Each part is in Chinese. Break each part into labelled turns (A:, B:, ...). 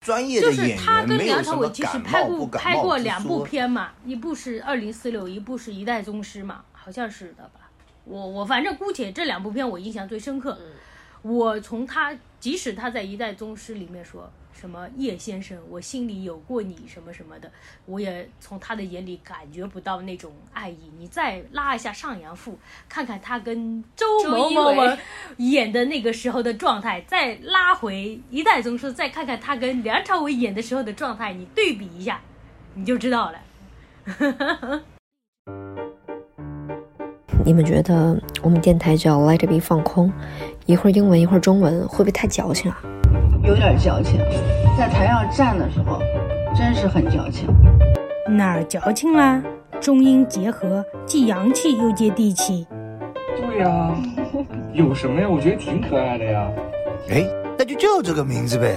A: 专业
B: 就
A: 的
B: 是
A: 演
B: 他
A: 员
B: 跟
A: 没有
B: 梁
A: 什
B: 朝
A: 么
B: 伟其实
A: 感
B: 拍
A: 冒
B: 过
A: 不感
B: 拍
A: 冒
B: 过
A: 之
B: 两
A: 说
B: 部片嘛，一部是《二零四六》，一部是《一代宗师》嘛，好像是的吧。我我反正姑且这两部片我印象最深
A: 嗯
B: 刻。我从他，即使他在《一代宗师》里面说什么“叶先生，我心里有过你”什么什么的，我也从他的眼里感觉不到那种爱意。你再拉一下上阳赋，看看他跟周
C: 周
B: 某
C: 一
B: 某某
C: 围
B: 演的那个时候的状态，再拉回一代宗师，再看看他跟梁朝伟演的时候的状态，你对比一下，你就知道了。
D: 你们觉得我们电台叫 Let It Be 放空，一会儿英文一会儿中文，会不会太矫情啊？
E: 有点矫情，在台上站的时候，真是很矫情。
F: 哪儿矫情啦？中英结合，既洋气又接地气。
G: 对呀、有什么呀？我觉得挺可爱的呀。
A: 哎，那就叫这个名字呗。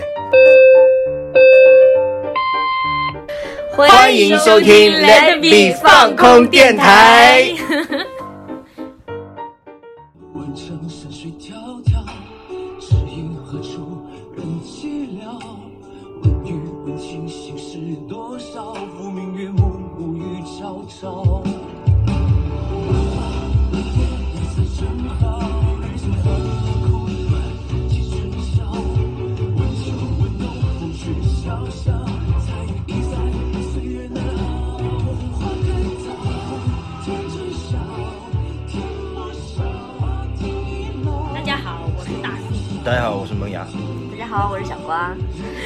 C: 欢迎收听 Let Me 放空电台。
H: 问城山水迢迢，知音何处人寂寥？问雨问卿心事多少？浮明月暮，无语朝朝。夜色正好，人生何苦短几春宵？问秋问冬，风雪萧萧，彩云易散，岁月难熬。花开早，天知晓，天莫笑，天亦老。
B: 大家好，我是大 C。嗯
A: 大家好，我是萌芽。
C: 大家好，我是小瓜，
A: 啊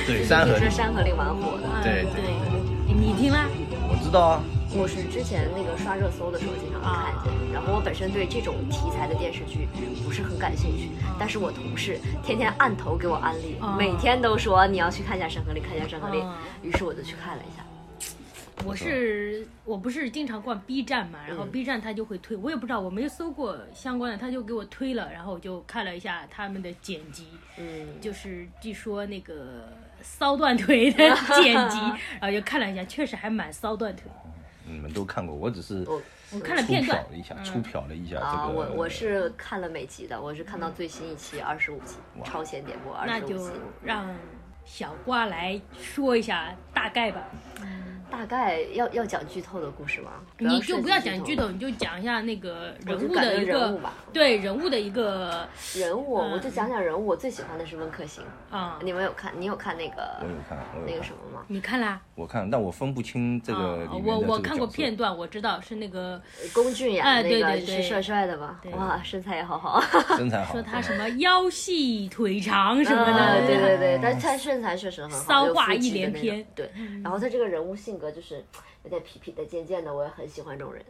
A: 对，三
C: 这是山河令蛮火的。
A: 对
B: 嗯
A: 对
B: 对，你听啦，
A: 我知道啊。
C: 我是之前那个刷热搜的时候经常能看见，然后我本身对这种题材的电视剧不是很感兴趣，但是我同事天天按头给我安利，
B: 啊
C: 每天都说你要去看一下《山河令》，看一下《山河令》
B: 啊，
C: 于是我就去看了一下。
B: 我是我不是经常逛 B 站嘛，然后
C: 嗯
B: B 站它就会推，我也不知道，我没搜过相关的，它就给我推了，然后我就看了一下他们的剪辑，
C: 嗯，
B: 就是据说那个骚断腿的剪 辑，然后就看了一下，确实还蛮骚断腿。
A: 你们都看过，我只是
C: 嗯我
B: 我
C: 我
B: 看了
A: 粗
B: 片
A: 瞟
B: 段
A: 了一下，
B: 嗯
A: 粗瞟嗯了一下
C: 啊，
A: 这个。
C: 我我是看了每集的，我是看到最新一期二十五集，
A: 嗯哇
C: 超前点播二
B: 那
C: 十五
B: 就
C: 集。
B: 让小瓜来说一下大概吧，
C: 大概要要讲剧透的故事吗？
B: 你就不要讲
C: 剧
B: 剧透，你就讲一下那个人
C: 我
B: 物
C: 就感
B: 的
C: 觉
B: 一
C: 人物
B: 个
C: 吧
B: 对人物的一个
C: 人物，我就
B: 嗯
C: 讲讲人物。我最喜欢的是温客行，
B: 啊，
C: 你们有看？你有看那个
A: 我有看，我有看
C: 那个什么吗？
B: 你看啦，
A: 我看，但我分不清这个
B: 啊
A: 里面的这个
B: 我我看过
A: 角色
B: 片段，我知道是那个
C: 龚俊演
B: 哎
C: 的那
B: 对
C: 个
B: 对
C: 是
B: 对
C: 帅帅的吧
B: 对？
A: 嗯
B: 啊
C: 哇，身材也好好。
A: 身材好，
B: 说他
A: 身材好
B: 什么腰细腿长什么
C: 啊
B: 的，
C: 对
B: 吧
C: 对对，但他身材确实很好，
B: 骚
C: 有
B: 话
C: 腹
B: 一
C: 肌的
B: 连
C: 那
B: 篇嗯
C: 种。对，然后他这个人物性格就是有点痞痞的、贱贱的，我也很喜欢这种人。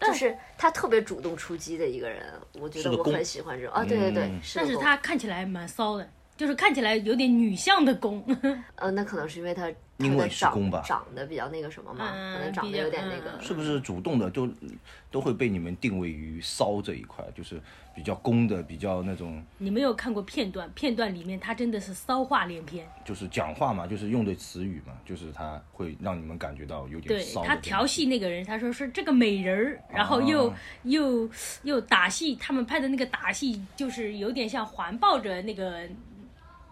C: 就是他特别主动出击的一个人，我觉
A: 是
C: 得
A: 个
C: 我
A: 攻
C: 很喜欢这种啊，对对对
A: 嗯，
C: 是
B: 但是
C: 攻
B: 他看起来蛮骚的，就是看起来有点女相的攻，
C: 呃，那可能是因为他他
A: 因为
C: 的
A: 是
C: 长
A: 攻吧
C: 长得比较那个什么嘛，
B: 嗯
C: 可能长
B: 比
C: 得
B: 较
C: 有点
B: 嗯
C: 那个，
A: 是不是主动的都都会被你们定位于骚这一块，就是比较攻的，比较那种
B: 你没有看过片段，片段里面他真的是骚话连篇，
A: 就是讲话嘛，就是用的词语嘛，就是他会让你们感觉到有点
B: 对
A: 骚的
B: 他
A: 东西
B: 调戏那个人，他说是这个美人儿，然后又、
A: 啊
B: 又又打戏，他们拍的那个打戏就是有点像环抱着那个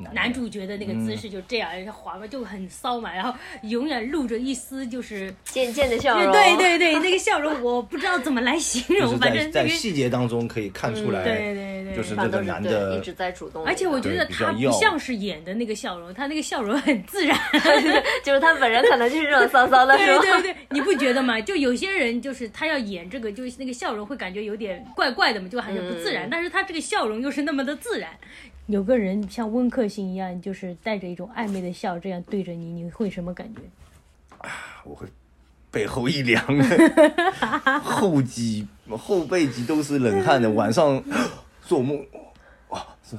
A: 男嗯
B: 男
A: 人
B: 主角的那个姿势，就这样、环抱就很骚嘛，然后永远露着一丝就是，
C: 贱贱的笑容，
B: 对对对，那个笑容我不知道怎么来形
A: 就
B: 容，
A: 是
B: 反
A: 在
B: 正那
A: 在
B: 个
A: 细节当中可以看出来，
B: 对对对
A: 就是这
C: 反正都
A: 个
C: 是
A: 男
C: 对
A: 的
C: 一直在主动的
B: 而
C: 一个人，
B: 且我觉得
A: 对比较
B: 他不
A: 要
B: 像是演的那个笑容，他那个笑容很自 然。
C: 就是他本人可能就是这种骚骚的，是
B: 对
C: 吧？
B: 对对，你不觉得吗？就有些人就是他要演这个，就是那个笑容会感觉有点怪怪的嘛，就好像不自
C: 嗯
B: 然。但是他这个笑容又是那么的自然。有个人像温客行一样，就是带着一种暧昧的笑，这样对着你，你会什么感觉？
A: 我会背后一凉 的，后脊后背脊都是冷汗的，晚上 做梦，哇，这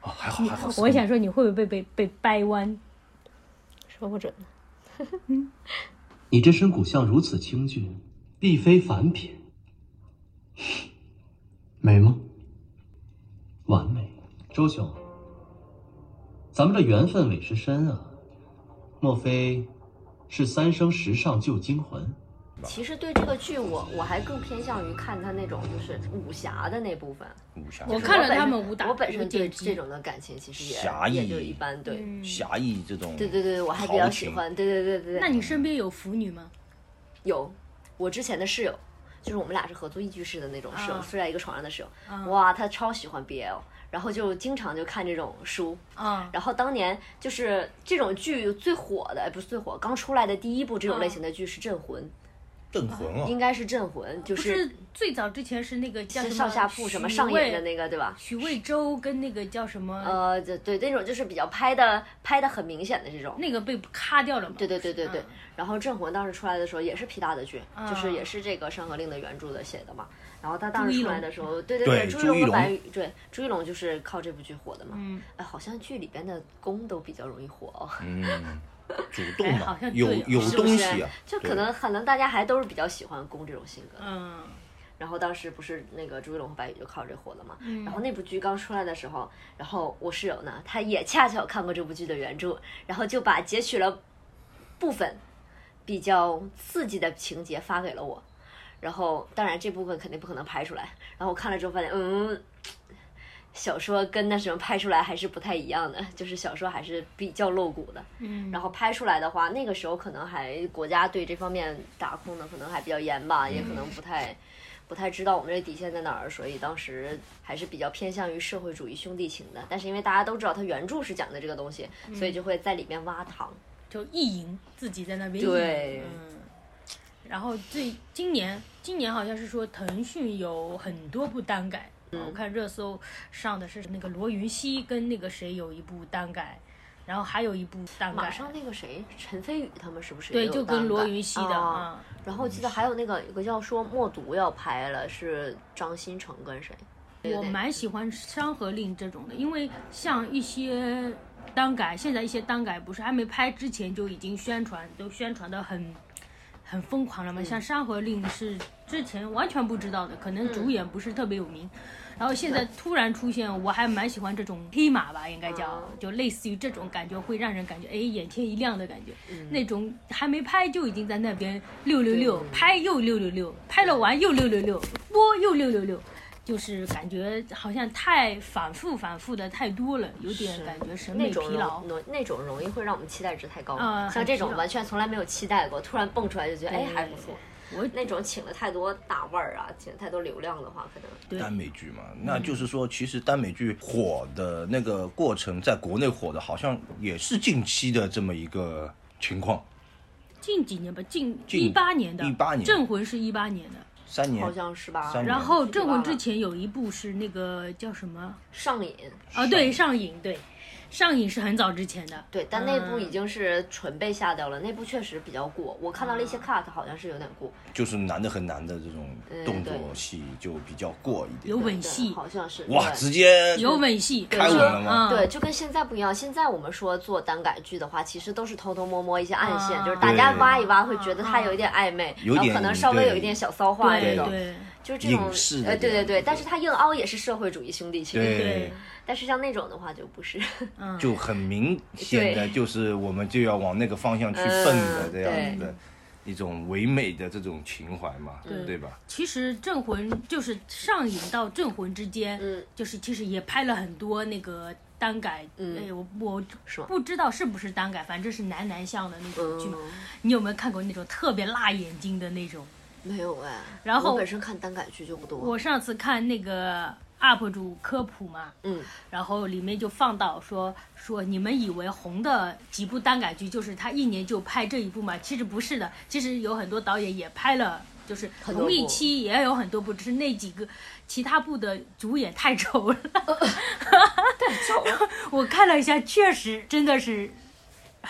A: 啊还好还好，
B: 我想说，你会不会被被被掰弯？
C: 说不准。
H: 你这身骨相如此清俊，必非凡品。 美吗？完美，周兄，咱们这缘分委是深啊，莫非是三生石上旧精魂？
C: 其实对这个剧我，我还更偏向于看他那种就是武侠的那部分。
A: 武侠，
B: 我
C: 就是
B: 看了
C: 本身
B: 他们武打
C: 我本
B: 武
C: 身
B: 解
C: 对
B: 击
C: 这种的感情其实
A: 侠
C: 也
A: 义
C: 也就一般，对。
B: 嗯
A: 侠义这种，
C: 对对对，我还比较喜欢，对对对对对。
B: 那你身边有腐女吗？
C: 有，我之前的室友，就是我们俩是合租一居室的那种室友，
B: 啊
C: 睡在一个床上的室友。
B: 啊
C: 哇，他超喜欢 BL，然后就经常就看这种书。
B: 啊，
C: 然后当年就是这种剧最火的，哎，不是最火，刚出来的第一部
B: 啊
C: 这种类型的剧是《镇魂》，
A: 镇魂
B: 嗯
A: 啊，
C: 应该是《镇魂》，就
B: 哦不是最早之前是那个叫
C: 是
B: 什么
C: 上下铺什么
B: 许
C: 上演的
B: 魏
C: 那个，对吧？
B: 许魏洲跟那个叫什么、
C: 呃，对对，那种就是比较拍的拍的很明显的这种。
B: 那个被咔掉了嘛？
C: 对对对对对
B: 嗯，
C: 然后《镇魂》当时出来的时候也是皮大的剧，就
B: 啊
C: 是也是这个《山河令》的原著的写的嘛。然后他当
B: 朱一
C: 时出来
B: 龙
C: 的时候，对对
A: 对
C: 朱
A: 朱一
C: 龙和
A: 龙
C: 白宇，对朱一龙就是靠这部剧火的嘛。
B: 嗯，
C: 哎，好像剧里边的攻都比较容易火哦，
A: 嗯，主动
B: 哎
A: 嘛
B: 好像，
A: 有
B: 对哦
A: 有
C: 是不
A: 东
C: 是
A: 西啊？，
C: 就
A: 对
C: 可能可能大家还都是比较喜欢攻这种性格的。
B: 嗯，
C: 然后当时不是那个朱一龙和白宇就靠这火的嘛。然后那部剧刚出来的时候，然后我室友呢，他也恰巧看过这部剧的原著，然后就把截取了部分比较刺激的情节发给了我。然后当然这部分肯定不可能拍出来。然后我看了之后发现，嗯。小说跟那什么拍出来还是不太一样的，就是小说还是比较露骨的，嗯，然后拍出来的话，那个时候可能还国家对这方面把控的可能还比较严吧，也可能不太，不太知道我们这底线在哪儿，所以当时还是比较偏向于社会主义兄弟情的。但是因为大家都知道它原著是讲的这个东西，
B: 嗯
C: 所以就会在里面挖糖。
B: 就意淫自己在那边意淫
C: 对
B: 嗯。然后最今年，今年好像是说腾讯有很多部单改，
C: 嗯
B: 我看热搜上的是那个罗云熙跟那个谁有一部单改，然后还有一部单改，
C: 马上那个谁，陈飞宇他们是不是也
B: 对，
C: 有
B: 就
C: 耽
B: 跟罗
C: 改
B: 云熙的
C: 啊
B: 啊。
C: 然后我记得还有那个有个叫说默读要拍了，是张新成跟谁？
B: 我蛮喜欢《山河令》这种的，因为像一些单改，现在一些单改不是还没拍之前就已经宣传，都宣传的很很疯狂了嘛。像《山河令》是之前完全不知道的，可能主演不是特别有名，然后现在突然出现，我还蛮喜欢这种黑马吧，应该叫，就类似于这种感觉，会让人感觉哎眼前一亮的感觉。那种还没拍就已经在那边六六六拍又六六六，拍了完又六六六，播又六六六。就是感觉好像太反复反复的太多了，有点
C: 是
B: 感觉审
C: 那
B: 美
C: 种
B: 疲
C: 容
B: 劳。
C: 容那种容易会让我们期待值太高，
B: 啊
C: 像
B: 很
C: 这
B: 疲
C: 种
B: 劳
C: 完全从来没有期待过，突然蹦出来就觉得哎
B: 对
C: 还不错。
B: 我
C: 那种请了太多大腕儿啊，请了太多流量的话，可能
B: 对
A: 耽美剧嘛，那就是说，其实耽美剧火的那个过程，
C: 嗯
A: 在国内火的，好像也是近期的这么一个情况，
B: 近几年吧，近
A: 近
B: 一八年的，
A: 18年
B: 镇魂是一八年的。
A: 三年
C: 好像是吧。
A: 三年
B: 然后镇魂
C: 18
B: 之
C: 了
B: 前有一部是那个叫什么
C: 上瘾，
B: 啊？对，上瘾，对，上瘾是很早之前的。
C: 对，但那
A: 嗯
C: 部已经是纯被吓掉了，那部确实比较过。我看到了一
A: 嗯
C: 些 cut，好像是有点过，
A: 就是男的和男的这种
C: 嗯
A: 动作
C: 对
A: 戏就比较过一点，
B: 有吻
C: 对，
B: 戏，
C: 好像是
A: 哇，嗯
C: 对
A: 直接
B: 有嗯吻戏，
A: 开
C: 就
A: 吻
C: 是
A: 了吗？
C: 对，就跟现在不一样。现在我们说做耽改剧的话，其实都是偷偷摸摸一些暗线，
B: 啊
C: 就是大家
A: 对
C: 挖一挖，会觉得它有一点暧昧，
A: 嗯有
C: 然后
A: 点
C: 可能稍微有一
A: 对
C: 点小骚话这
B: 对
C: 种，
B: 对
C: 就是这种
A: 影视的
C: 呃，对
A: 这
C: 对
A: 种
C: 对。但是它硬凹也是社会主义兄弟情，
A: 对，
C: 但是像那种的话就 不是。
A: 就很明显的
C: 对
A: 就是我们就要往那个方向去奔的
C: 嗯
A: 这样子的一种唯美的这种情怀嘛，对吧？
B: 其实镇魂就是上瘾到镇魂之间，
C: 嗯
B: 就是其实也拍了很多那个单改，
C: 嗯
B: 哎，我我
C: 是吗
B: 不知道是不是单改，反正是男男向的那种剧嘛。
C: 嗯
B: 你有没有看过那种特别辣眼睛的那种？
C: 没有哎，
B: 然后
C: 我本身看耽改剧就不多，
B: 我上次看那个 UP 主科普嘛，
C: 嗯，
B: 然后里面就放到说说你们以为红的几部单改剧就是他一年就拍这一部嘛？其实不是的，其实有很多导演也拍了，就是
C: 很多部
B: 同一期也有很多部，只是那几个其他部的主演太丑了。 我看了一下，确实真的是，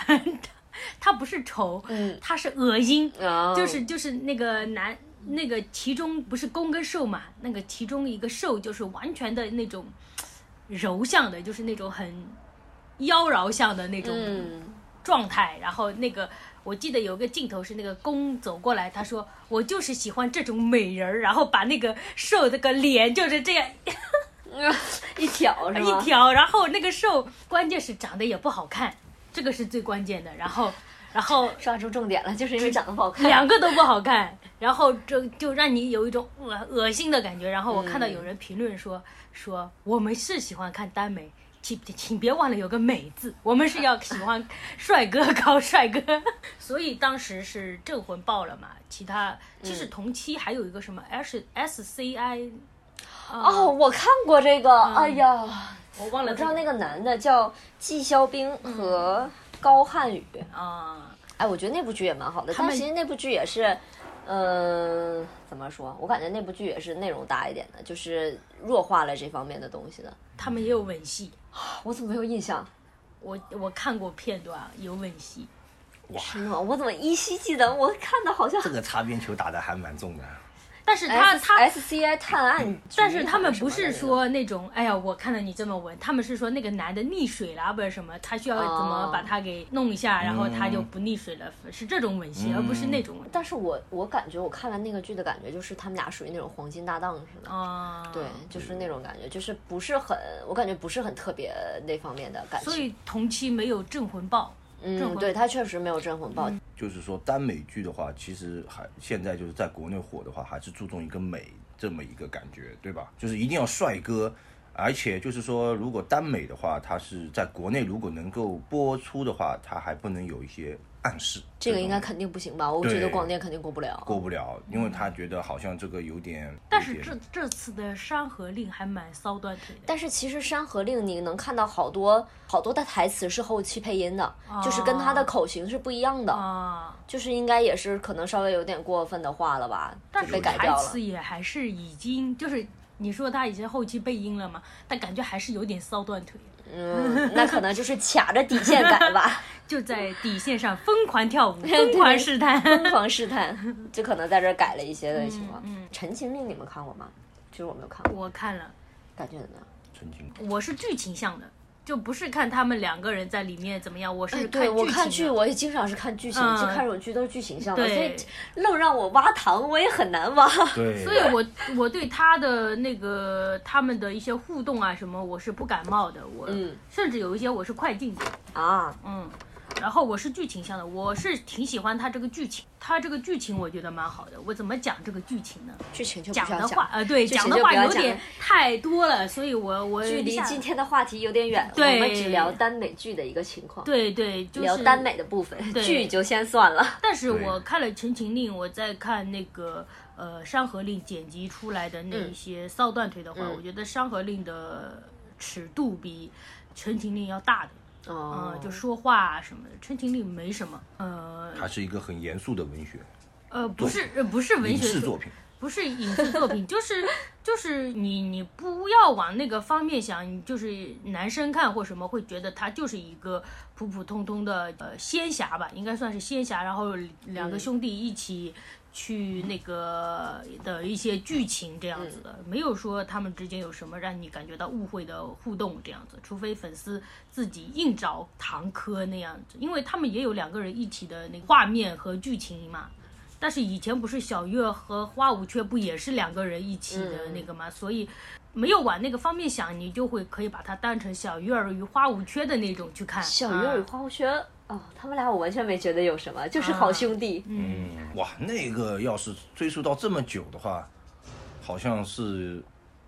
B: 他不是丑，
C: 嗯
B: 他是恶心，
C: 啊
B: 就是就是那个男那个其中不是攻跟受嘛，那个其中一个受就是完全的那种柔相的，就是那种很妖娆相的那种
C: 嗯，
B: 状态。然后那个我记得有个镜头是那个公走过来，他说我就是喜欢这种美人儿，然后把那个受那个脸就是这样
C: 嗯一 条是吗？
B: 一条，然后那个瘦，关键是长得也不好看，这个是最关键的。然后，然后
C: 刷出重点了，就是因为长得不好 看。
B: 两个都不好看，然后这就让你有一种恶恶心的感觉。然后我看到有人评论说、说我们是喜欢看耽美，请请别忘了有个美字，我们是要喜欢帅哥搞帅哥。 所以当时是镇魂爆了嘛，其他其实同期还有一个什么 S S C I，
C: 哦，我看过这个，哎呀，
B: 我忘了
C: 我知道
B: 这
C: 那个男的叫纪晓冰和高瀚宇。
B: 啊。
C: 哎，我觉得那部剧也蛮好的，但
B: 们
C: 其实那部剧也是，嗯、怎么说？我感觉那部剧也是内容大一点的，就是弱化了这方面的东西的。
B: 他们也有吻戏，
C: 我怎么没有印象？
B: 我我看过片段，啊有吻戏。
C: 真的吗？我怎么依稀记得我看的好像
A: 这个擦边球打的还蛮重的。
B: 但是他
C: S
B: 他
C: S C I 探案局
B: 但是他们
C: 还
B: 不
C: 什么
B: 是
C: 的
B: 说那种，哎呀，我看到你这么文，他们是说那个男的溺水啦，不是什么，他需要
C: 哦嗯
B: 怎么把他给弄一下，然后他就不溺水了，是这种吻戏，而不是那种
C: 但是我我感觉我看完那个剧的感觉就是他们俩属于那种黄金搭档似的。
B: 啊。
C: 对，，就是那种感觉，就是不是很，我感觉不是很特别那方面的感情。
B: 所，以同期没有镇魂爆，镇
C: 嗯，
B: 魂
C: 对他确实没有《镇魂报》
B: 嗯
A: 就是说耽美剧的话，其实还现在就是在国内火的话，还是注重一个美这么一个感觉，对吧？就是一定要帅哥，而且就是说，如果耽美的话，它是在国内如果能够播出的话，它还不能有一些暗示。
C: 这个
A: 种
C: 应该肯定不行吧？我觉得
A: 对
C: 广电肯定过不了。嗯
A: 过不了，因为他觉得好像这个有点。
B: 但是
A: 有
B: 这
A: 点
B: 这次的《山河令》还蛮骚断腿的，
C: 但是其实《山河令》你能看到好多好多的台词是后期配音的，就是跟
B: 哦
C: 他的口型是不一样的，
B: 啊，
C: 就是应该也是可能稍微有点过分的话了吧，
B: 但
C: 就是被改
B: 台
C: 掉了
B: 词。也还是已经就是。你说他以前后期配音了嘛？但感觉还是有点骚断腿，
C: 嗯，那可能就是卡着底线改吧，
B: 就在底线上疯狂 跳舞，疯狂试探。
C: 疯狂试探，就可能在这儿改了一些的
B: 嗯
C: 情况。陈情令》你们看过吗？其实我没有看过，
B: 我看了，
C: 感觉怎么样？
A: 纯情
B: 我是剧情向的，就不是看他们两个人在里面怎么样，我是看
C: 哎对我看
B: 剧
C: 剧，
B: 情
C: 我也经常是看剧情，
B: 嗯
C: 就看这种剧都是剧情向的，所以
B: 对
C: 愣让我挖糖，我也很难挖。
A: 对，
B: 所以我我对他的那个他们的一些互动啊什么，我是不感冒的。我、
C: 嗯
B: 甚至有一些我是快进的，
C: 啊，
B: 嗯。然后我是剧情向的，我是挺喜欢他这个剧情，他这个剧情我觉得蛮好的。我怎么讲这个剧情呢？
C: 剧情就不需
B: 讲
C: 要
B: 的
C: 讲
B: 话，呃，对，
C: 剧情
B: 讲
C: 就
B: 的
C: 不
B: 话
C: 要
B: 有
C: 讲
B: 点
C: 了
B: 太多了，所以我我
C: 距
B: 一
C: 离
B: 下
C: 今天的话题有点远，我
B: 对
C: 们只聊耽美剧的一个情况，
B: 对对就是
C: 聊耽美的部分，
B: 对
C: 剧就先算了。
B: 但是
A: 对
B: 我看了《陈情令》，我在看那个呃《山河令》剪辑出来的那一些骚断腿的话，
C: 嗯
B: 我觉得《山河令》的尺度比《陈情令》要大的，
C: 哦
B: 呃，就说话啊什么的，《陈情令》没什么，呃
A: 它是一个很严肃的文学
B: 呃，不是呃不是文
A: 影
B: 学
A: 视
B: 作
A: 作品。
B: 不是影视作品， 就是就是你你不要往那个方面想，你就是男生看或什么会觉得他就是一个普普通通的呃仙侠吧，应该算是仙侠，然后两个兄弟一起去那个的一些剧情这样子的，没有说他们之间有什么让你感觉到误会的互动这样子，除非粉丝自己硬找堂科那样子，因为他们也有两个人一起的那个画面和剧情嘛，但是以前不是小月和花无缺不也是两个人一起的那个嘛，所以没有往那个方面想，你就会可以把它当成小月儿与花无缺的那种去看。
C: 小鱼儿与
B: 啊
C: 花无缺，哦，他们俩我完全没觉得有什么，就是好兄弟。
A: 嗯，哇，那个要是追溯到这么久的话，好像是，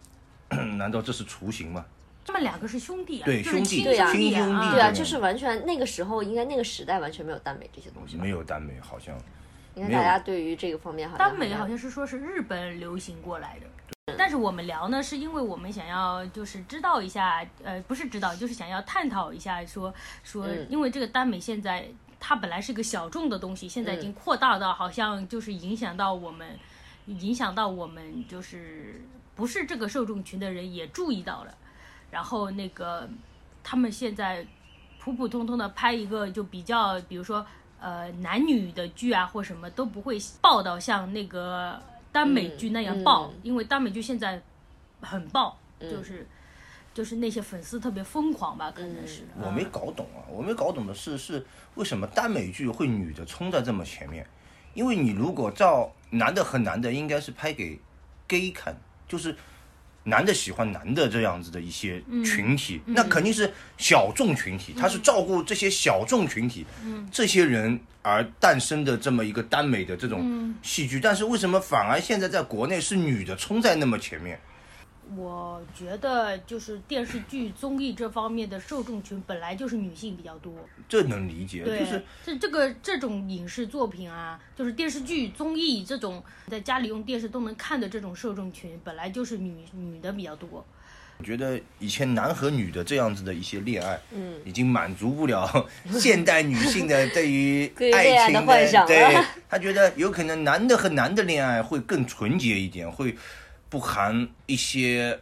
A: 难道这是雏形吗？
B: 他们两个是兄弟啊，
A: 对
B: 就是
A: 兄弟
B: 亲
A: 对啊
B: 弟啊
A: 亲兄弟
B: 啊
C: 对啊，
A: 对
C: 就是完全那个时候，应该那个时代完全没有耽美这些东西吧
A: 没？有耽美，好像
C: 应该
A: 没有
C: 大家对于这个方面好像
B: 耽美好像是说是日本流行过来的。但是我们聊呢，是因为我们想要就是知道一下，呃，不是知道，就是想要探讨一下说，说
C: 嗯
B: 因为这个耽美现在它本来是个小众的东西，现在
C: 嗯
B: 已经扩大到好像就是影响到我们，影响到我们就是不是这个受众群的人也注意到了，然后那个他们现在普普通通的拍一个就比较，比如说呃男女的剧啊或什么都不会爆到像那个耽美剧那样爆，
C: 嗯嗯嗯
B: 因为耽美剧现在很爆，就是就是那些粉丝特别疯狂吧，可能是、
C: 嗯
A: 我没搞懂啊，我没搞懂的是是为什么耽美剧会女的冲在这么前面？因为你如果照男的和男的，应该是拍给 gay 看，就是男的喜欢男的这样子的一些
B: 嗯
A: 群体，那肯定是小众群体，他是照顾这些小众群体，
B: 嗯
A: 这些人而诞生的这么一个耽美的这
B: 嗯
A: 种戏剧。但是为什么反而现在在国内是女的冲在那么前面？
B: 我觉得就是电视剧、综艺这方面的受众群本来就是女性比较多，
A: 这能理解，
B: 对，
A: 就是
B: 这这个这种影视作品啊，就是电视剧、综艺这种在家里用电视都能看的这种受众群，本来就是女女的比较多。
A: 我觉得以前男和女的这样子的一些恋爱，嗯，已经满足不 了现代女性的对于
C: 对于恋
A: 爱
C: 爱
A: 情
C: 的幻想
A: 对
C: 了，
A: 她觉得有可能男的和男的恋爱会更纯洁一点，会不含一些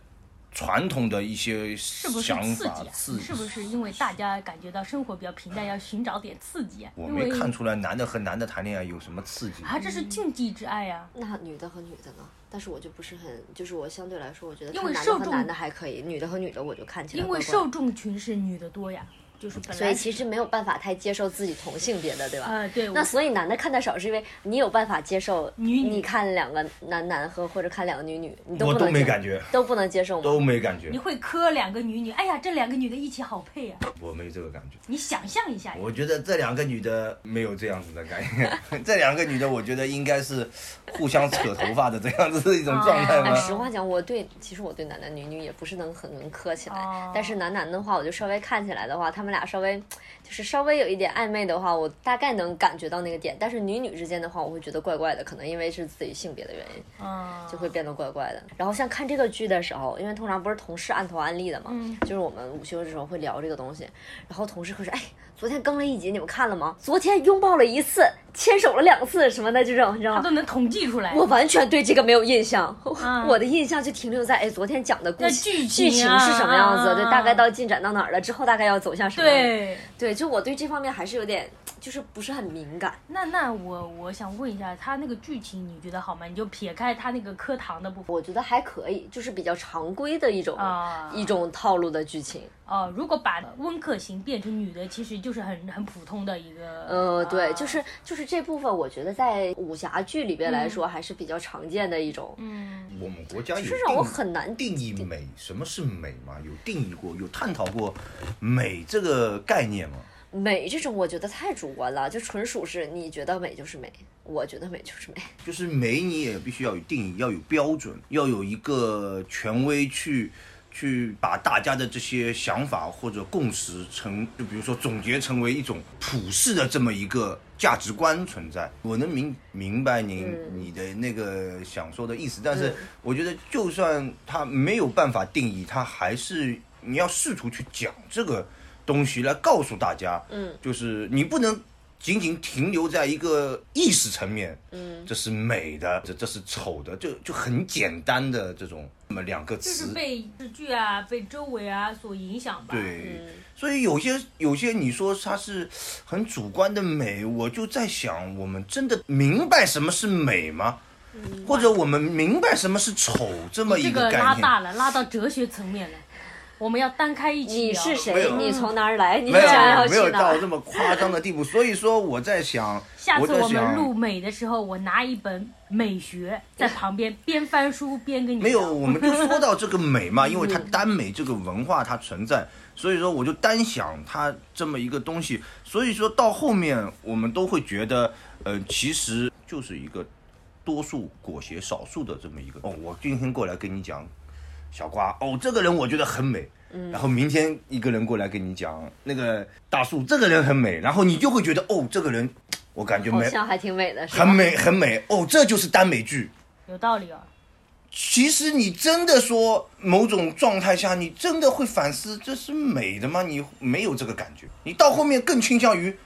A: 传统的一些
B: 是不是
A: 想
B: 刺激
A: 法
B: 啊？是不是因为大家感觉到生活比较平淡，要寻找点刺激啊？
A: 我
B: 因
A: 没
B: 为
A: 看出来男的和男的谈恋爱有什么刺激。
B: 啊，这
C: 嗯
B: 是禁忌之爱呀、
C: 那女的和女的呢？但是我就不是很，就是我相对来说，我觉得
B: 因
C: 看
B: 为
C: 男的
B: 受
C: 和
B: 众
C: 男的还可以，女的和女的我就看起来
B: 因为
C: 怪怪
B: 受众群是女的多呀，就是本
C: 所
B: 来
C: 以其实没有办法太接受自己同性别的，对吧？
B: 呃对，
C: 那
B: 我
C: 所以男的看的少，是因为你有办法接受
B: 女女
C: 你看两个男男和或者看两个女女，你都
A: 我
C: 不能
A: 都没
C: 接
A: 感觉，
C: 都不能接受吗？
A: 都没感觉
B: 你，会磕两个女女，哎呀，这两个女的一起好配呀、
A: 我没这个感觉。
B: 你想象一下呀，
A: 我觉得这两个女的没有这样子的感 觉，这两个女的我觉得应该是互相扯头发的这样子的一种状态
C: 哎，
A: 吧。
C: 实话讲，我对其实我对男男女女也不是能很能磕起来，
B: 哦
C: 但是男男的话，我就稍微看起来的话，他们俩稍微就是稍微有一点暧昧的话，我大概能感觉到那个点。但是女女之间的话，我会觉得怪怪的，可能因为是自己性别的原因，
B: 嗯，
C: 就会变得怪怪的。然后像看这个剧的时候，因为通常不是同事按头安利的嘛，就是我们午休的时候会聊这个东西，然后同事会说：“哎，昨天更了一集，你们看了吗？昨天拥抱了一次，牵手了两次什么的这种，你知道
B: 他
C: 吗？”
B: 都能统计出来。
C: 我完全对这个没有印象，
B: 啊
C: 我的印象就停留在哎，昨天讲的故
B: 那
C: 事
B: 剧情
C: 剧情是什么样子，
B: 啊
C: 对，大概到进展到哪儿了，之后大概要走向什么样子，
B: 对，
C: 对，就我对这方面还是有点，就是不是很敏感。
B: 那那我我想问一下，他那个剧情你觉得好吗？你就撇开他那个磕糖的部分
C: 我觉得还可以，就是比较常规的一种、
B: 啊
C: 一种套路的剧情。
B: 哦、如果把温客行变成女的，其实就是很很普通的一个。
C: 呃，对，
B: 啊
C: 就是就是这部分，我觉得在武侠剧里边来说还是比较常见的一种。
B: 嗯，
A: 我们国家有
C: 是让我
A: 定
C: 很难
A: 定义美，什么是美吗？有定义过，有探讨过美这个概念吗？
C: 美这种我觉得太主观了，就纯属是你觉得美就是美，我觉得美就是美。
A: 就是美，你也必须要有定义，要有标准，要有一个权威去去把大家的这些想法或者共识成，就比如说总结成为一种普世的这么一个价值观存在。我能明明白您、你的那个想说的意思，但是我觉得就算它没有办法定义，它还是你要试图去讲这个东西来告诉大家，
C: 嗯，
A: 就是你不能。仅仅停留在一个意识层面，这是美的，这这是丑的，就就很简单的这种那么两个
B: 就是
A: 词。
B: 被日剧啊、被周围啊所影响吧。，
A: 对，所以有些有些你说它是很主观的美，我就在想，我们真的明白什么是美吗？或者我们明白什么是丑这么一
B: 这个
A: 概
B: 拉
A: 念？
B: 大了，拉到哲学层面了。我们要单开一期
C: 你
B: 聊。
C: 是
A: 没
C: 谁？
A: 有
C: 你从哪儿来？你
A: 没有
C: 想要
A: 没
C: 去
A: 有
C: 哪
A: 到
C: 儿？
A: 这么夸张的地步，所以说我在想，
B: 下次
A: 在
B: 我们
A: 想
B: 录美的时候，我拿一本美学在旁边，边翻书边跟你
A: 没有，
B: 聊
A: 我们就说到这个美 嘛，因为它
C: 嗯
A: 耽美这个文化它存在，所以说我就单想它这么一个东西，所以说到后面我们都会觉得，呃，其实就是一个多数裹挟少数的这么一个。哦，我今天过来跟你讲小瓜，哦，这个人我觉得很美。然后明天一个人过来跟你讲那个大树，这个人很美，然后你就会觉得哦，这个人我感觉
C: 好
A: 美
C: 像还挺美的，是吧
A: 很。美很美，哦，这就是耽美剧，
B: 有道理哦。
A: 其实你真的说某种状态下，你真的会反思这是美的吗？你没有这个感觉，你到后面更倾向于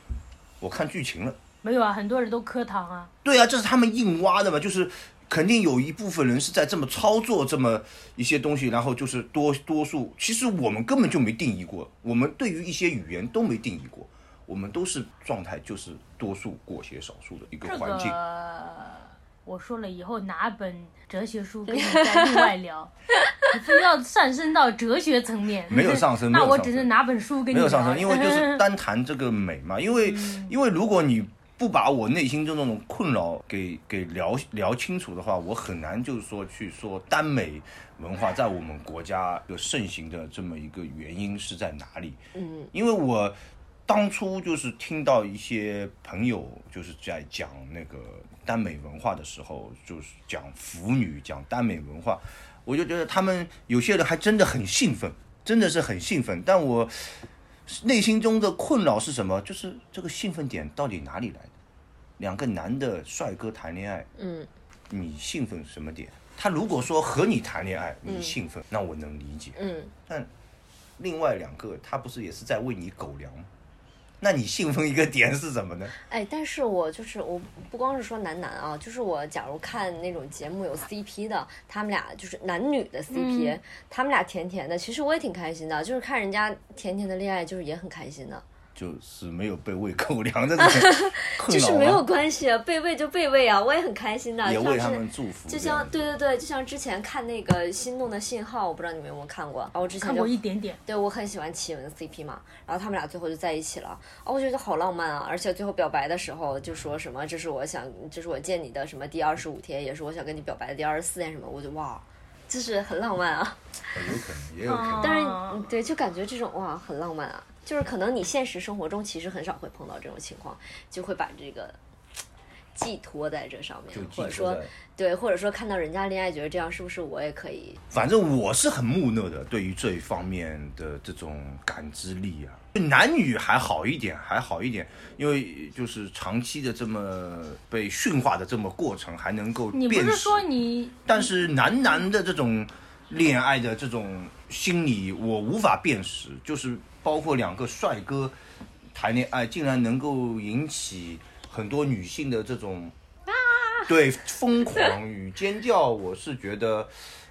A: 我看剧情了。
B: 没有啊，很多人都磕糖啊。
A: 对啊，这是他们硬挖的嘛，就是肯定有一部分人是在这么操作这么一些东西，然后就是多多数，其实我们根本就没定义过，我们对于一些语言都没定义过，我们都是状态就是多数裹挟少数的一个
B: 这
A: 环境。
B: 个我说了，以后拿本哲学 书跟你在另外聊，你非要上升到哲学层面，
A: 没有上升没
B: 那
A: 有
B: 我
A: 上
B: 只
A: 升
B: 能拿本书跟你
A: 没
B: 聊 嗯
A: 有上升，因为就是单谈这个美嘛，因为因为如果你。不把我内心中那种困扰给给聊聊清楚的话，我很难就是说去说耽美文化在我们国家的盛行的这么一个原因是在哪里。
C: 嗯，
A: 因为我当初就是听到一些朋友就是在讲那个耽美文化的时候，就是讲腐女、讲耽美文化，我就觉得他们有些人还真的很兴奋，真的是很兴奋。但我内心中的困扰是什么？就是这个兴奋点到底哪里来的？两个男的帅哥谈恋爱，
C: 嗯，
A: 你兴奋什么点？他如果说和你谈恋爱，你兴奋，那我能理解。
C: 嗯，
A: 但另外两个他不是也是在为你狗粮吗？那你兴奋一个点是什么 呢？
C: 哎，但是我就是我不光是说男男啊，就是我假如看那种节目有 CP 的，他们俩就是男女的
B: 嗯
C: CP，、他们俩甜甜的，其实我也挺开心的，就是看人家甜甜的恋爱，就是也很开心的，
A: 就是没有被喂狗粮 的这种困
C: 就
A: 扰啊
C: 是
A: 吗
C: 没有关系，被喂就被喂啊，我也很开心的，
A: 也
C: 就
A: 为他
C: 像
A: 们
C: 是。
A: 祝福这
C: 就
A: 样
C: 像
A: 子，
C: 对对对，就像之前看那个《心动的信号》，我不知道你们有没有看过，啊，我之前
B: 看
C: 就
B: 过一点点，
C: 对我很喜欢奇文 CP 嘛，然后他们俩最后就在一起了，哦，我觉得好浪漫啊！而且最后表白的时候就说什么，这是我想，这是我见你的什么第二十五天，也是我想跟你表白的第二十四天什么，我就哇，就是很浪漫啊！
A: 有可能，也有可能。
C: 但是、
B: 啊
C: 嗯 对，就感觉这种哇很浪漫啊，就是可能你现实生活中其实很少会碰到这种情况，就会把这个。寄托在这上面
A: 就，
C: 或者
A: 寄托
C: 说
A: 在，
C: 对，或者说看到人家恋爱，觉得这样是不是我也可以？
A: 反正我是很木讷的，对于这一方面的这种感知力啊，男女还好一点，还好一点，因为就是长期的这么被驯化的这么过程，还能够
B: 你不
A: 辨
B: 是
A: 识
B: 说你
A: 但是男男的这种恋爱的这种心理，我无法辨识，就是包括两个帅哥谈恋爱，竟然能够引起很多女性的这种
B: 啊
A: 对疯狂与尖叫，我是觉得